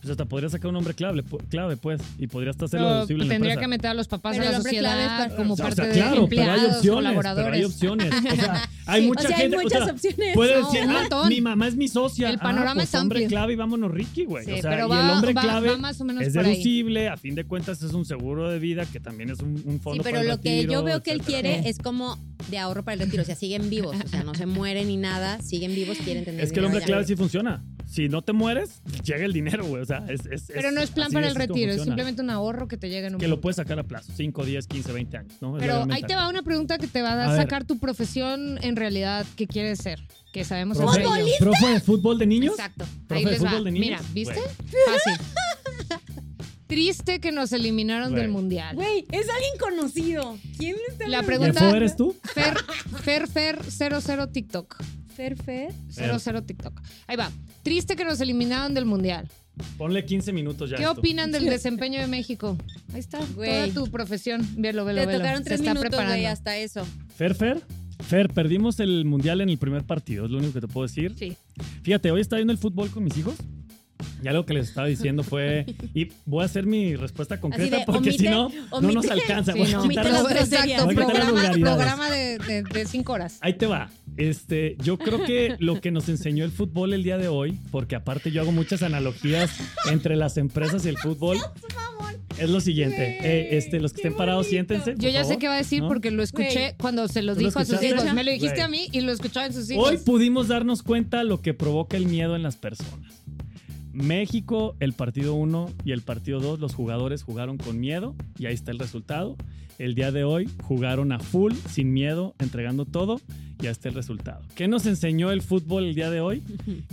B: pues hasta podría sacar un hombre clave, pu- clave pues, y podría hasta hacerlo
C: Pero
B: deducible en la
C: tendría
B: empresa.
C: que meter a los papás
D: Pero
C: a
D: el
C: la
D: hombre clave es
C: sociedad
D: para-
C: como
B: O sea,
C: parte de
B: claro, pero hay
C: empleados,
B: opciones, pero hay
C: colaboradores.
B: opciones. O sea, hay
C: Sí,
D: O
B: mucha
D: sea, hay
B: gente. o
D: muchas
B: sea,
D: opciones.
B: Puede
C: No,
B: decir,
C: un
B: "Ah,
C: montón.
B: mi mamá es mi socia.
C: El
B: Ah,
C: panorama
B: pues,
C: es
B: hombre
C: amplio.
B: clave y vámonos Ricky, güey.
C: Sí,
B: o sea,
C: pero
B: y
C: va-
B: el hombre
C: va-
B: clave
C: va más o menos
B: es
C: por ahí.
B: deducible. A fin de cuentas es un seguro de vida que también es un, un
D: Sí,
B: fondo
D: pero
B: para el
D: lo que yo
B: retiro,
D: veo que él
B: etcétera.
D: quiere
C: Sí.
D: es como de ahorro para el retiro. O sea, siguen vivos. O sea, no se mueren ni nada. Siguen vivos, quieren tener
B: Es que el
D: dinero
B: hombre
D: ya.
B: clave sí funciona. Si no te mueres, llega el dinero, güey. O sea, es, es-
C: Pero
B: es-
C: no es plan
B: así
C: para el
B: así como
C: retiro, es
B: funciona.
C: simplemente un ahorro que te llega en un
B: Que lo puedes sacar a plazo. 5, 10, 15, 20 años, ¿no? Es la
C: Pero
B: gran
C: ahí te
B: ventaja.
C: va una pregunta que te va a, dar
B: Pues A ver.
C: sacar tu profesión en realidad que quieres ser, que sabemos
B: Profe-
C: hacer ello.
B: ¿Profe de fútbol de niños?
C: Exacto.
B: Profe
C: Ahí
B: de
C: les va.
B: fútbol de niños.
C: Mira, ¿viste?
B: Güey.
C: Fácil. Triste que nos eliminaron
B: Güey.
C: del mundial.
D: Güey, es alguien conocido. ¿Quién le está
C: La
B: ¿Y el
C: pregunta
B: Fo eres tú?
C: Fer Fer Fer 00 TikTok.
D: Perfecto.
C: 00 TikTok. Ahí va. Triste que nos eliminaron del mundial.
B: Ponle 15 minutos ya.
C: ¿Qué
B: a esto.
C: opinan del desempeño de México? Ahí está.
D: Güey.
C: Toda tu profesión. Velo, velo,
D: Te
C: velo.
D: tocaron
C: Se
D: tres
C: está
D: minutos,
C: preparando.
D: güey, hasta eso.
B: Fer, Fer. Fer, perdimos el mundial en el primer partido, es lo único que te puedo decir.
C: Sí.
B: Fíjate, hoy estaba viendo el fútbol con mis hijos. Y algo que les estaba diciendo fue. Y voy a hacer mi respuesta concreta
D: de,
B: porque si
D: omite-
B: no, no nos
D: omite-
B: alcanza.
C: Sí,
B: Voy a
C: no.
B: quitar
D: Omite
B: las-
D: las groserías.
C: Exacto.
B: Voy a quitar las
C: Programa,
B: vulgaridades.
C: programa de, de- de cinco horas.
B: Ahí te va. Este, yo creo que lo que nos enseñó el fútbol el día de hoy, porque aparte yo hago muchas analogías entre las empresas y el fútbol, es lo siguiente.
D: Güey,
B: Eh, este, los que
D: qué
B: estén parados,
D: bonito.
B: siéntense. por
C: Yo ya sé
B: favor,
C: qué va a decir
B: ¿no?
C: porque lo escuché
D: Güey.
C: cuando se los
B: ¿Tú lo
C: dijo a sus
B: escuchaste?
C: hijos. Me lo dijiste
B: Güey.
C: a mí y lo escuchaban sus hijos.
B: Hoy pudimos darnos cuenta lo que provoca el miedo en las personas. México, el partido 1 y el partido 2, los jugadores jugaron con miedo y ahí está el resultado. El día de hoy jugaron a full, sin miedo, entregando todo ya está el resultado. ¿Qué nos enseñó el fútbol el día de hoy?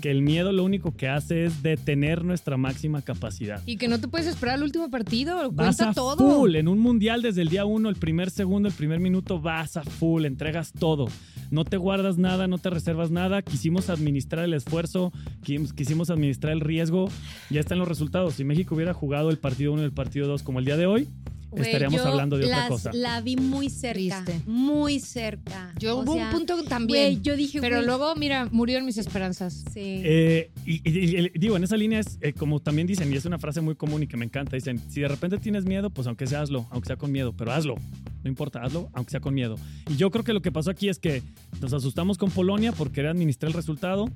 B: Que el miedo lo único que hace es detener nuestra máxima capacidad.
C: Y que no te puedes esperar al último partido,
B: Vas
C: cuenta
B: a
C: todo.
B: full en un mundial desde el día uno, el primer segundo, el primer minuto, vas a full, entregas todo. No te guardas nada, no te reservas nada. Quisimos administrar el esfuerzo, quis- quisimos administrar el riesgo. Ya están los resultados. Si México hubiera jugado el partido 1 y el partido 2 como el día de hoy,
D: Güey,
B: estaríamos
D: yo
B: hablando de otra
D: las-
B: cosa.
D: La vi muy cerca.
C: Triste.
D: Muy cerca.
C: Yo
D: O
C: hubo
D: sea,
C: un punto también.
D: Güey, yo dije,
C: pero
D: güey,
C: luego, mira, murieron mis esperanzas.
D: Sí.
B: Eh, y, y- y- digo, en esa línea es eh, como también dicen, y es una frase muy común y que me encanta, dicen, si de repente tienes miedo, pues aunque sea hazlo, aunque sea con miedo, pero hazlo, no importa, hazlo, aunque sea con miedo. Y yo creo que lo que pasó aquí es que nos asustamos con Polonia por querer administrar el resultado,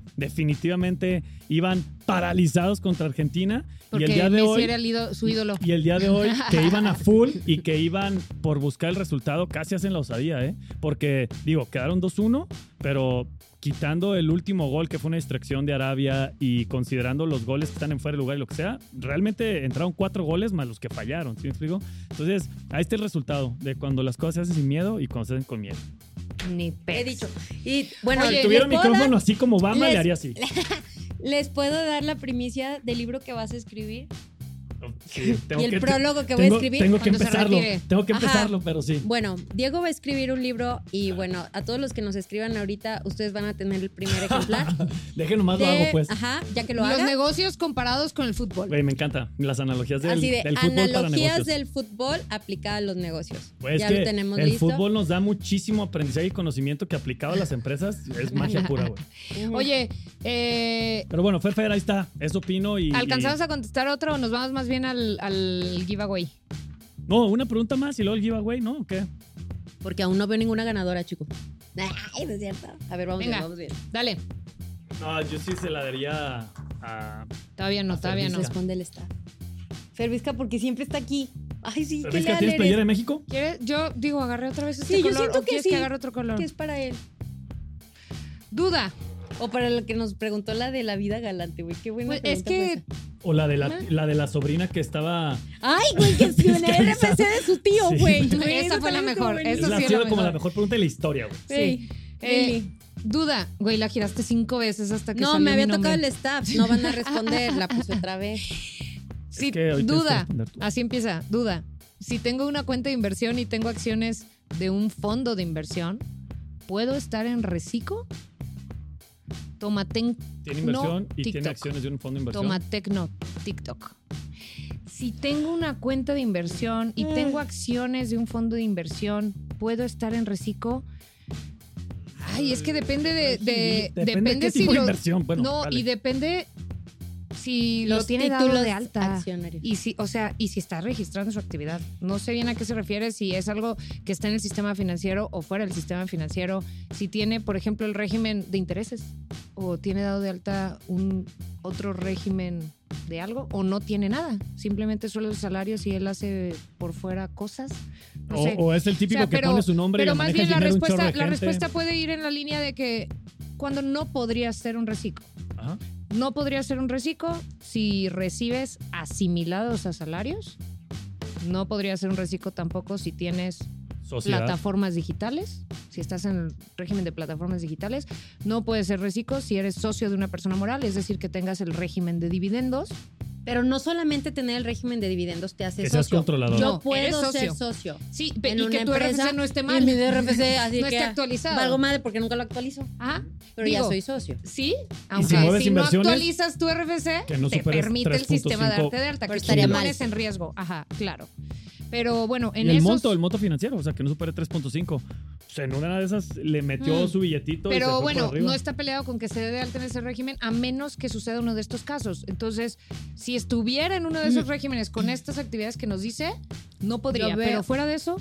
B: definitivamente iban paralizados contra Argentina y
C: Porque
B: el día de
C: Messi
B: hoy...
C: era el ídolo- su ídolo.
B: Y el día de hoy, que iban a full y que iban por buscar el resultado, casi hacen la osadía, ¿eh? Porque, digo, quedaron 2-1, pero quitando el último gol que fue una distracción de Arabia y considerando los goles que están en fuera de lugar y lo que sea, realmente entraron cuatro goles más los que fallaron, ¿sí me explico? Entonces, ahí está el resultado de cuando las cosas se hacen sin miedo y cuando se hacen con miedo.
C: Ni
D: He
C: pez.
D: dicho. Y bueno,
C: Oye,
B: si
D: les
B: tuviera
D: puedo dar-
B: micrófono así como Obama,
D: les-
B: le haría así.
D: les puedo dar la primicia del libro que vas a escribir
B: Sí, tengo
D: y el
B: que-
D: prólogo que voy a
B: tengo-
D: escribir.
B: Tengo que
C: cuando se
B: empezarlo,
C: retire.
B: tengo que
D: Ajá.
B: empezarlo, pero sí.
D: Bueno, Diego va a escribir un libro y bueno, a todos los que nos escriban ahorita, ustedes van a tener el primer ejemplar.
B: Deje nomás lo
D: de-
B: hago, pues.
D: Ajá, ya que lo
C: Los
D: haga.
C: negocios comparados con el fútbol.
B: Güey, me encantan las analogías del,
D: Así de
B: del fútbol para
D: analogías
B: negocios.
D: del fútbol aplicada a los negocios.
B: Güey, es
D: ya
B: que
D: lo tenemos
B: el
D: listo.
B: fútbol nos da muchísimo aprendizaje y conocimiento que aplicado a las empresas es magia pura, güey.
C: Oye, eh,
B: Pero bueno, Ferfer, ahí está. Eso opino y...
C: ¿alcanzamos a contestar otro o nos vamos más bien al, al giveaway?
B: y- No, una pregunta más y luego el giveaway, ¿no? ¿O qué?
D: Porque aún no veo ninguna ganadora, chico. Ay, no es cierto. A ver, vamos
C: Venga.
D: bien, vamos bien.
C: Dale.
B: No, yo sí se la daría a...
C: Todavía no,
B: A
C: todavía
B: servicio.
C: no.
D: Pues Responde el está. Fervisca porque siempre está aquí. Ay, sí, qué
B: ¿Fervisca,
D: leal
B: tienes
D: eres.
B: playera de México?
C: ¿Quieres? Yo digo, agarré otra vez este
D: Sí, yo
C: color.
D: siento
C: ¿o
D: que
C: quieres
D: sí.
C: que agarre otro color?
D: ¿Qué es para él?
C: Duda.
D: O para lo que nos preguntó la de la vida galante, güey. Qué buena
C: Pues, es
D: pregunta fue
C: que
D: esa.
B: ¿O la de la,
C: Ah.
B: la de la sobrina que estaba...
D: Ay, güey, Pues, que escribió en el
B: Es que
D: RFC de su tío,
B: Sí.
D: güey.
C: Esa
D: Güey, eso
C: fue la
D: también
C: mejor,
D: estuvo
C: esa
B: es la,
C: sí es
B: sido
C: la
B: como la
C: mejor.
B: mejor pregunta de la historia, güey.
D: buenísimo.
C: sí.
D: Sí.
C: Eh,
D: Lili.
C: duda. Güey, la giraste cinco veces hasta que
D: no,
C: salió
D: me había
C: mi nombre.
D: tocado el staff. No van a responder. La puse otra vez.
C: Sí,
B: Es que hoy tienes que
C: duda. Ah,
B: responder tú.
C: Así empieza. Duda. Si tengo una cuenta de inversión y tengo acciones de un fondo de inversión, ¿puedo estar en reciclo?
B: Pues
C: Tomaten,
B: Tiene inversión
C: No,
B: y tiene
C: TikTok.
B: acciones de un fondo de inversión.
C: Tomatecno, TikTok. Si tengo una cuenta de inversión y
D: Mm.
C: tengo acciones de un fondo de inversión, ¿puedo estar en reciclo? Ay, es que depende de. de-
B: depende, qué
C: si
B: tipo de
C: lo-
B: inversión. Bueno,
C: no,
B: vale.
C: y depende si lo tiene dado de alta.
D: accionarios.
C: Y si, o sea, y si está registrando su actividad. No sé bien a qué se refiere, si es algo que está en el sistema financiero o fuera del sistema financiero, si tiene, por ejemplo, el régimen de intereses o tiene dado de alta un otro régimen de algo o no tiene nada, simplemente solo el salario si él hace por fuera cosas. No
B: o,
C: sé.
B: o es el típico
C: O sea,
B: que
C: pero-
B: pone su nombre y
C: Pero
B: lo
C: más
B: maneja
C: bien
B: el
C: la
B: dinero un
C: respuesta,
B: chorro de
C: la
B: gente. ¿eh?
C: respuesta puede ir en la línea de que cuando no podría ser un reciclo.
B: Ajá.
C: No podría ser un reciclo si recibes asimilados a salarios. No podría ser un reciclo tampoco si tienes
B: Sociedad.
C: plataformas digitales, si estás en el régimen de plataformas digitales. No puede ser reciclo si eres socio de una persona moral, es decir, que tengas el régimen de dividendos.
D: Pero no solamente tener el régimen de dividendos te hace
B: Que seas
D: socio.
B: controlador.
D: Yo
C: No, eres
D: puedo
C: socio.
D: ser socio.
C: Sí,
D: En
C: y
D: una
C: que tu
D: empresa,
C: RFC no esté
D: y
C: mal.
D: mi RFC, así
C: no
D: que
C: esté actualizado.
D: Valgo madre porque nunca lo actualizo.
C: Ajá.
D: Pero ya
C: Digo,
D: soy socio.
B: si
C: Sí, aunque
B: mueves
C: si, no
B: inversiones,
C: actualizas tu RFC,
B: que no
C: te
B: superes
C: permite el sistema
B: 3.5
C: darte de alta,
D: Pero
C: que
D: estaría
C: estaría
D: mal.
C: pones en riesgo. Ajá, claro. Pero bueno, en
B: y el
C: esos-
B: monto, el monto financiero, o sea, que no supere 3.5. O sea, en una de esas le metió
C: Mm.
B: su billetito y se fue
C: Pero
B: por
C: bueno,
B: arriba.
C: no está peleado con que se dé de alta en ese régimen a menos que suceda uno de estos casos. Entonces, si estuviera en uno de
B: Mm.
C: esos regímenes con estas actividades que nos dice, no podría.
D: Yo veo-
C: Pero fuera de eso,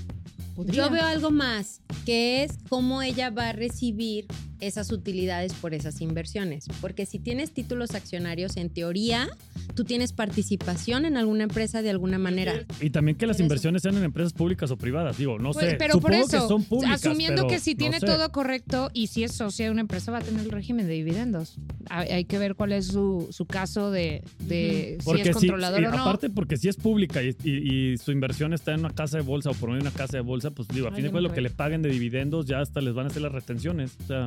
C: podría.
D: Yo veo algo más, que es cómo ella va a recibir esas utilidades por esas inversiones. Porque si tienes títulos accionarios, en teoría, tú tienes participación en alguna empresa de alguna manera.
B: Y también que las
D: Por eso.
B: inversiones sean en empresas públicas o privadas, digo, no
C: Pues,
B: sé.
C: pero por
B: Supongo
C: eso,
B: que son públicas.
C: asumiendo
B: pero
C: que si
B: no
C: tiene
B: sé.
C: todo correcto y si es socia de una empresa, va a tener el régimen de dividendos. Hay, hay que ver cuál es su, su caso de, de si es controlador
B: y
C: o no.
B: Aparte, porque si es pública y, y- y su inversión está en una casa de bolsa o por medio de una casa de bolsa, pues digo, a
C: Ay,
B: fin de
C: yo no
B: cuentas lo que le
C: creo.
B: paguen de dividendos ya hasta les van a hacer las retenciones. O sea,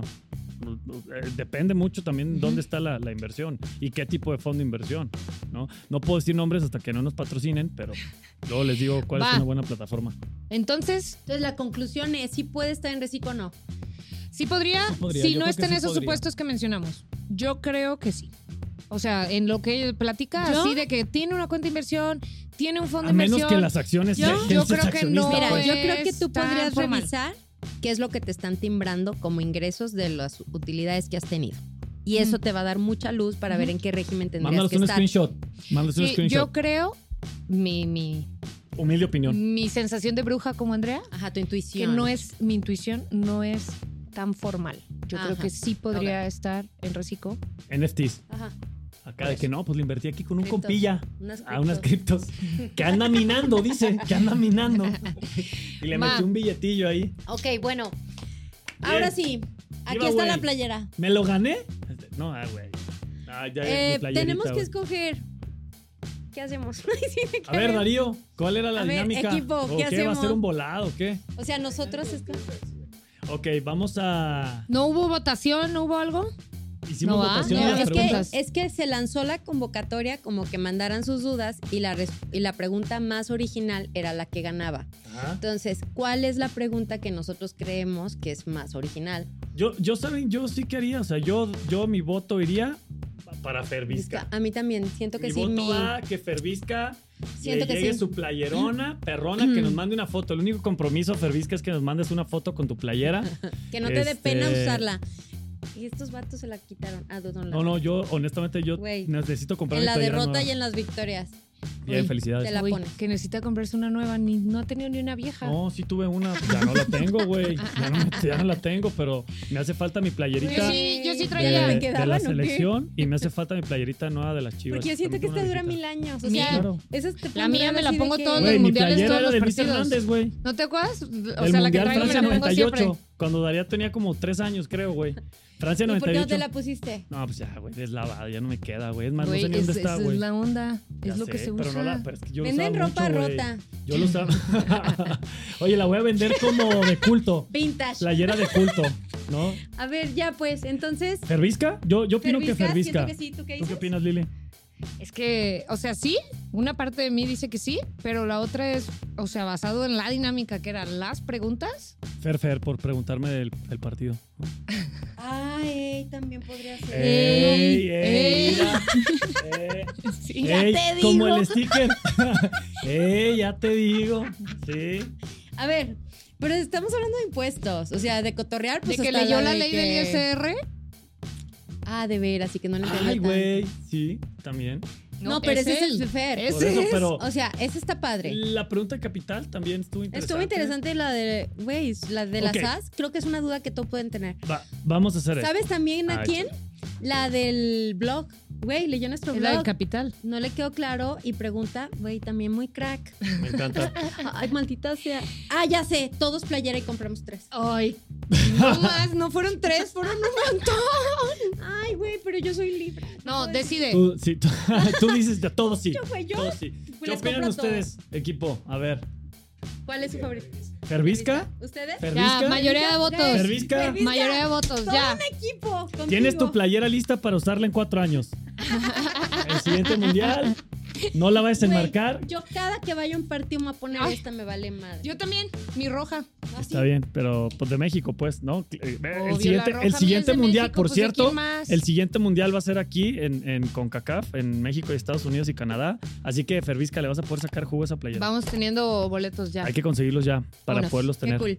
B: no- no- eh, depende mucho también
C: Ujú.
B: dónde está la, la inversión y qué tipo de fondo de inversión, ¿no? No puedo decir nombres hasta que no nos patrocinen, pero luego les digo cuál
C: Va.
B: es una buena plataforma.
C: Entonces,
D: Entonces la conclusión es si puede estar en reciclo o no.
C: sí podría,
E: Sí podría,
C: si
E: yo
C: no
E: creo
C: está
E: que
C: en
E: sí
C: esos
E: podría.
C: supuestos que mencionamos. Yo creo que sí. O sea, en lo que platica,
D: ¿Yo?
C: así de que tiene una cuenta de inversión, tiene un fondo
B: A
C: de
B: menos
C: inversión.
B: que las acciones
C: Yo-
B: sean
C: yo creo que no,
D: Mira,
C: pues.
D: yo creo que tú
C: Está
D: podrías
C: formal.
D: revisar qué es lo que te están timbrando como ingresos de las utilidades que has tenido. Y eso
C: Ujú.
D: te va a dar mucha luz para ver en qué régimen tendrías
E: Mándanos
D: que
E: un
D: estar.
E: screenshot.
B: Mándales un
C: Sí, eh, yo
B: screenshot.
C: creo, mi, mi,
B: Humilde opinión.
C: mi sensación de bruja como Andrea,
D: Ajá, tu
C: que
D: intuición.
C: no es, mi intuición no es tan formal. Yo creo
D: Ajá.
C: que sí podría estar en reciclo.
B: NFTs.
D: Ajá,
B: Acá de que no, pues le invertí aquí con un
D: Criptos.
B: compilla.
D: unas
B: a Ah, unas
D: criptos.
B: criptos que anda minando, dice, que anda minando. Y le
C: Ma.
B: metí un billetillo ahí.
D: Ok, bueno. Ahora sí, aquí está
B: Giveaway.
D: la playera.
B: ¿Me lo gané? No, ah, güey. Ah, ya,
D: Eh,
B: mi playerita,
D: tenemos que
B: güey.
D: escoger. ¿Qué hacemos? Ay, sí, me
B: A ver,
D: cae.
B: Darío, ¿cuál era la
D: A ver,
B: dinámica?
D: equipo,
B: ¿O
D: ¿qué
B: ¿Va a
D: hacemos?
B: ser un volado o qué?
D: O sea, nosotros está-
B: Ok, vamos a...
C: ¿No hubo votación? ¿No hubo algo?
B: Hicimos
C: No, ah,
B: votación
C: no,
B: de las
D: es,
B: preguntas.
D: que, es que se lanzó la convocatoria como que mandaran sus dudas y la, res- y la pregunta más original era la que ganaba.
B: Ajá.
D: Entonces, ¿cuál es la pregunta que nosotros creemos que es más original?
B: Yo, yo, ¿saben? Yo sí quería, o sea, yo, yo mi voto iría pa- para Fervisca.
D: A mí también, siento que
B: Mi
D: sí.
B: voto
D: mi-
B: va a que Fervisca
D: Siento
B: le
D: que
B: llegue
D: sí.
B: su playerona, perrona, que
D: Mm.
B: nos mande una foto. El único compromiso, Fervisca, es que nos mandes una foto con tu playera.
D: que no te dé
B: este-
D: pena usarla. Y estos vatos se la quitaron. Ah, no, no, la-
B: No, no, yo honestamente yo
D: Güey.
B: necesito comprar
D: En
B: mi
D: la
B: playera
D: derrota
B: nueva.
D: y en las victorias.
B: Bien,
C: Uy,
D: te
B: felicidades.
D: la-
C: Uy,
D: pones.
C: que necesita comprarse una nueva. Ni, no ha tenido ni una vieja.
B: No, sí tuve una, pues, ya no la tengo, güey. Ya, no, me- ya no la tengo, pero me hace falta mi
C: yo
B: playerita de,
C: sí, yo sí
D: ya
C: traía.
D: me
B: de la
D: quedaban, ¿o qué?
B: selección y me hace falta mi playerita nueva de las chivas.
D: Porque yo siento que
B: También
D: esta
B: tengo
D: dura
B: una
D: mil años. O
C: Sí,
D: sea,
B: claro.
D: esas te
C: La
D: pueden
C: mía
D: durar
C: me la
D: así de
C: pongo
D: que-
C: todos los
B: Güey, mi
C: mundiales,
B: playera
C: todos
B: era
C: los
B: de Luis
C: partidos.
B: Hernández, güey.
C: ¿No te acuerdas? O
B: Del
C: sea, la que
B: Mundial
C: traigo me
B: Francia
C: la pongo siempre.
B: 98, cuando Daría tenía como tres años, creo, güey. Francia
D: ¿Y por qué no
B: 98.
D: te la pusiste?
B: No, pues ya, güey, deslavada, ya no me queda, güey. Es más,
C: Güey,
B: no sé ni dónde
C: es-
B: está,
C: esa
B: güey.
C: Es la onda.
B: Ya
C: es lo que
B: sé,
C: se usa.
B: Pero no la, pero es que yo lo
D: Venden
B: usaba
D: ropa
B: mucho, güey.
D: rota.
B: Yo lo usaba. Oye, la voy a vender como de culto.
D: Vintage.
B: Playera de culto, ¿no?
D: A ver, ya pues, entonces.
B: ¿Fervisca? Yo, yo opino que
D: Siento
B: Fervisca.
D: que sí, ¿tú
B: ¿Tú
D: qué
B: qué
D: dices?
B: opinas, Lili?
C: Es que, o sea, sí, una parte de mí dice que sí, pero la otra es, o sea, basado en la dinámica que eran las preguntas.
B: Fer, Fer, por preguntarme del, del partido.
D: Ay, también podría ser.
C: Ey,
B: ¡Ey!
C: ey.
B: mira. ¡Ey!
C: Sí.
D: Ya
B: ey,
D: te
B: Como
D: digo.
B: el sticker. ¡Ey! Ya te digo. Sí.
D: A ver, pero estamos hablando de impuestos. O sea, de cotorrear,
C: De
D: pues.
C: que
D: hasta
C: leyó la
D: de
C: ley
D: que-
C: del E. ISR.
D: Ah, de veras, así que no le entiendo.
B: Ay,
D: tanto.
B: güey. Sí, también.
D: No, pero ese es el de Fer.
C: Ese
B: Por eso,
C: es.
B: pero
D: O sea, ese está padre.
B: la pregunta de capital también estuvo interesante.
D: Estuvo interesante la de, güey, la de las
B: Ok.
D: SAS. Creo que es una duda que todos pueden tener.
B: Va- vamos a hacer esto.
D: ¿Sabes también a
B: Ay,
D: quién? La del blog. Güey, leyó nuestro
C: Es la del
D: blog.
C: capital.
D: No le quedó claro y pregunta, güey, también muy crack.
B: Me encanta.
D: Ay, maldita sea. Ah, ya sé, todos playera y compramos tres.
C: Ay, no más, no fueron tres, fueron un montón.
D: Ay, güey, pero yo soy libre.
C: No, decide.
B: Tú, sí, tú, tú dices de todo sí.
D: Yo, güey, yo
B: Todo sí.
D: les
B: ¿Qué opinan
D: compro
B: ustedes, equipo? A ver.
D: ¿Cuál es su favorito?
B: ¿Fervisca?
D: ¿Ustedes?
C: Ya,
B: ¿Fervisca?
C: mayoría de votos.
B: Fervisca.
D: Fervisca.
C: Mayoría de votos,
D: Todo
C: ya.
D: un equipo. contigo.
B: Tienes tu playera lista para usarla en cuatro años. El siguiente mundial. No la vas a
D: Güey,
B: enmarcar.
D: Yo cada que vaya a un partido me voy a poner
C: Ay.
D: esta, me vale madre.
C: Yo también, mi roja.
D: Así.
B: Está bien, pero pues de México, pues, ¿no? Eh,
C: Obvio,
B: el
C: la
B: siguiente,
C: roja
B: el
C: mía
B: siguiente
C: es de
B: mundial,
C: México,
B: por
C: pues, ¿de
B: cierto,
C: quién más?
B: el siguiente mundial va a ser aquí en, en CONCACAF, en México, Estados Unidos y Canadá. Así que Fervisca le vas a poder sacar jugo a esa playera.
C: Vamos teniendo boletos ya.
B: Hay que conseguirlos ya para
C: Vámonos.
B: poderlos
D: Qué
B: tener.
D: cool.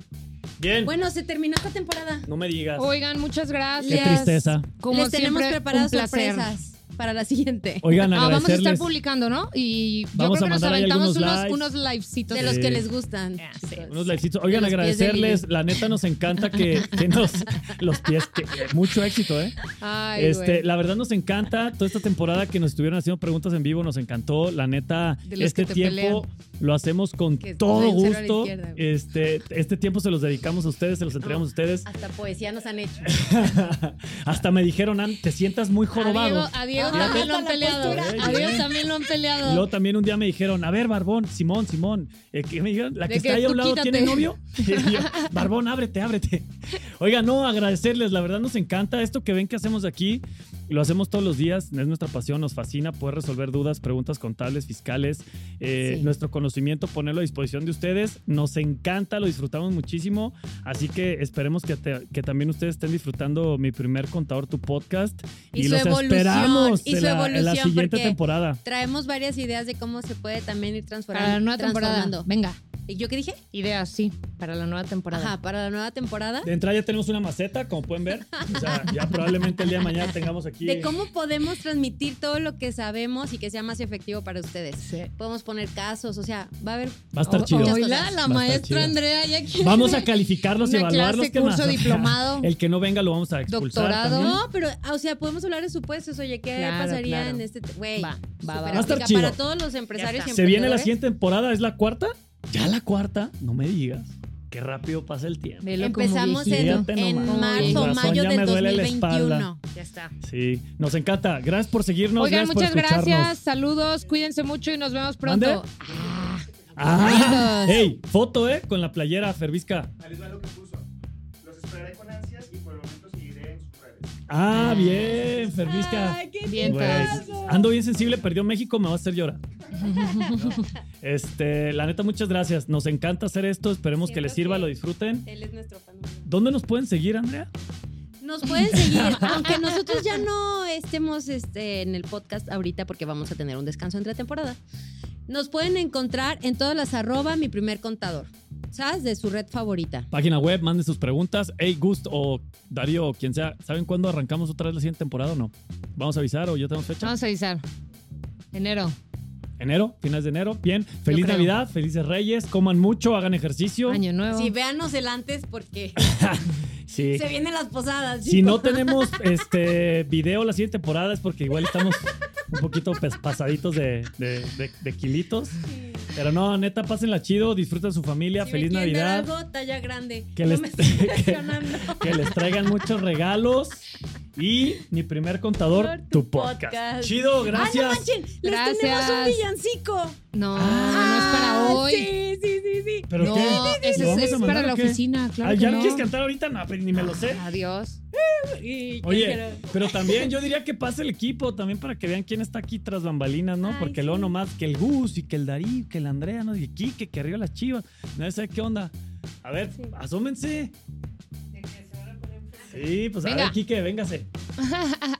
B: Bien.
D: Bueno, se terminó esta temporada.
B: No me digas.
C: Oigan, muchas
B: Qué
C: gracias.
B: tristeza.
C: Como
D: Les tenemos
C: siempre,
D: preparadas
C: un placer.
D: sorpresas. para la siguiente.
B: Oigan,
C: Ah, vamos a estar
B: agradecerles.
C: publicando, ¿no? Y yo
B: Vamos
C: creo
B: a
C: que nos
B: mandar ahí
C: aventamos
B: algunos
C: unos,
B: likes.
C: unos livecitos.
D: De
B: Oh, Sí.
D: los que les gustan.
C: Ah, sí.
D: chicos.
B: Unos likecitos. Oigan,
D: Los pies de
B: agradecerles. La neta nos encanta que, que nos. Los pies, que. Mucho éxito, ¿eh?
C: Ay,
B: este,
C: güey.
B: la verdad nos encanta toda esta temporada que nos estuvieron haciendo preguntas en vivo, nos encantó. La neta,
C: De los
B: este
C: que te
B: tiempo lo hacemos con
D: Que
B: todo
D: del cero a la
B: gusto.
D: izquierda, güey.
B: Este, este tiempo se los dedicamos a ustedes, se los entregamos a ustedes.
D: Hasta poesía nos han hecho.
B: Hasta me dijeron, "An, te sientas muy jorobado.
C: A Diego, a Diego
B: Fíjate.
C: también lo han
D: Ah, La
C: peleado.
B: postura.
C: A
B: Ey,
C: Diego
B: ey.
C: también lo han
B: Y luego
C: peleado.
B: también un día me dijeron, a ver, Barbón, Simón, Simón, eh, que me dijeron, la
C: De
B: que,
C: que
B: está ahí a
C: tú
B: un lado tiene
C: quítate.
B: novio. Y yo, Barbón, ábrete, ábrete. Oiga, no, agradecerles, la verdad nos encanta esto que ven que hacemos aquí. Lo hacemos todos los días, es nuestra pasión, nos fascina poder resolver dudas, preguntas contables, fiscales, eh,
D: Sí.
B: nuestro conocimiento, ponerlo a disposición de ustedes. Nos encanta, lo disfrutamos muchísimo. Así que esperemos que, te- que también ustedes estén disfrutando mi primer contador, tu podcast.
D: Y
B: Y,
D: su
B: los
D: evolución,
B: esperamos
D: y su
B: en, la, en la
D: evolución,
B: siguiente
D: porque-
B: temporada.
D: Traemos varias ideas de cómo se puede también ir transformando.
C: Para la nueva temporada.
D: transformando.
C: Venga,
D: ¿Y ¿Yo qué dije?
C: ideas, sí. Para la nueva temporada.
D: Ajá, para la nueva temporada.
B: De entrada ya tenemos una maceta, como pueden ver. O sea, ya probablemente el día de mañana tengamos aquí.
D: De cómo podemos transmitir todo lo que sabemos y que sea más efectivo para ustedes.
C: Sí.
D: Podemos poner casos, o sea, va a haber
B: Va a estar
D: o-
B: chido.
D: muchas
C: Hola,
D: cosas.
C: la
B: estar chido.
C: maestra Andrea ya quiere-
B: Vamos a calificarlos y
C: oh. Una
B: evaluarlos.
C: clase,
B: ¿qué más?
C: curso, diplomado.
B: El que no venga lo vamos a expulsar.
C: Doctorado.
B: también.
D: No, pero, ah, o sea, podemos hablar de supuestos. Oye, ¿qué
C: Claro,
D: pasaría
C: claro.
D: en este. te- Güey,
C: Va, va, va.
D: súper
B: Va a estar
D: aplica
B: chido.
D: Para todos los empresarios
C: Ya
D: y
B: Se viene la
D: emprendedores.
B: siguiente temporada, ¿es la cuarta? Ya la cuarta, no me digas. Qué rápido pasa el tiempo.
C: Velo como
D: Empezamos en,
C: viejito.
B: Fíjate
D: en
B: nomás.
D: marzo,
B: Con razón,
D: mayo
B: ya
D: del
B: me duele la
D: 2021.
C: Ya está.
B: Sí, nos encanta. Gracias por seguirnos.
C: Oigan,
B: gracias
C: muchas
B: por escucharnos.
C: gracias. Saludos. Cuídense mucho y nos vemos pronto.
B: ¿Mande? Ah, hey, foto, ¿eh? Con la playera, Fervisca.
E: Ahí les va lo que puso. Los esperaré con ansias y por el momento seguiré en sus redes.
B: Ah, bien, Fervisca.
C: Bien,
B: Güey, Pues, ando bien sensible, perdió México, me va a hacer llorar. Este, la neta, muchas gracias. Nos encanta hacer esto. Esperemos que
D: Siento
B: les sirva,
D: que-
B: lo disfruten.
D: Él es nuestro fan.
B: ¿Dónde nos pueden seguir, Andrea?
D: Nos pueden seguir, aunque nosotros ya no estemos este, en el podcast ahorita porque vamos a tener un descanso entre temporada. Nos pueden encontrar en todas las arroba mi primer contador, ¿sabes? De su red favorita.
B: Página web, manden sus preguntas. Hey, Gust o Darío o quien sea, ¿saben cuándo arrancamos otra vez la siguiente temporada o no? ¿Vamos a avisar o ya tenemos fecha?
C: Vamos a avisar. Enero.
B: Enero, finales de enero. Bien, feliz
C: creo.
B: Navidad, felices Reyes, coman mucho, hagan ejercicio.
C: Año nuevo.
D: Sí, véanos el antes porque
B: Sí.
D: se vienen las posadas.
B: Si
D: chicos.
B: no tenemos este video la siguiente temporada es porque igual estamos un poquito pues, pasaditos de, de- de- de kilitos. Pero no, neta, pásenla chido, disfruten su familia,
D: Si me
B: feliz
D: quieren dar
B: Navidad,
D: algo, talla grande.
B: Que
D: No
B: les-
D: me estoy
B: que-
D: reaccionando.
B: que les traigan muchos regalos y mi primer contador,
D: Por tu
B: tu podcast.
D: podcast.
B: Chido,
D: Ah, no
B: gracias.
D: manchen, les tenemos un
C: Gracias.
D: villancico.
C: No,
D: Ah,
C: no es para hoy.
D: Sí, sí, sí, sí.
B: ¿Pero
C: no,
B: qué?
C: ese
B: ¿Lo
C: es,
B: vamos
C: es
B: a mandar
C: para la
B: o qué?
C: oficina, claro.
B: Ah,
C: que
B: ¿Ya
C: no.
B: quieres cantar ahorita? No, pues, ni me lo sé.
C: Adiós.
D: Y-
B: Oye, pero también yo diría que pase el equipo también para que vean quién está aquí tras bambalinas, ¿no?
D: Ay,
B: Porque luego
D: sí.
B: nomás que el Gus y que el Darí, que el Andrea, ¿no? Y Kike, que arriba las chivas. No sé qué onda. A ver,
D: Sí.
B: asómense. Sí, pues a
C: Venga.
B: ver, Kike, véngase.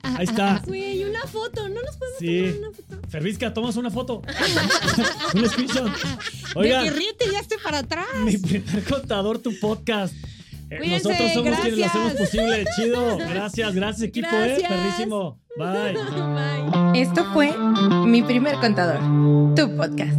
B: Ahí está.
D: Güey, una foto, no nos podemos
B: Sí.
D: tomar una foto.
B: Fervisca, tomas una foto. Un screenshot.
C: De
B: Oigan,
C: que ríete, ya esté para atrás.
B: mi primer contador, tu podcast. Eh,
C: Cuídense,
B: nosotros somos quienes lo
C: gracias.
B: hacemos posible. Chido. Gracias, gracias, equipo, eh.
D: Gracias.
B: Perrísimo. Bye.
D: Bye.
A: Esto fue Mi primer contador, tu podcast.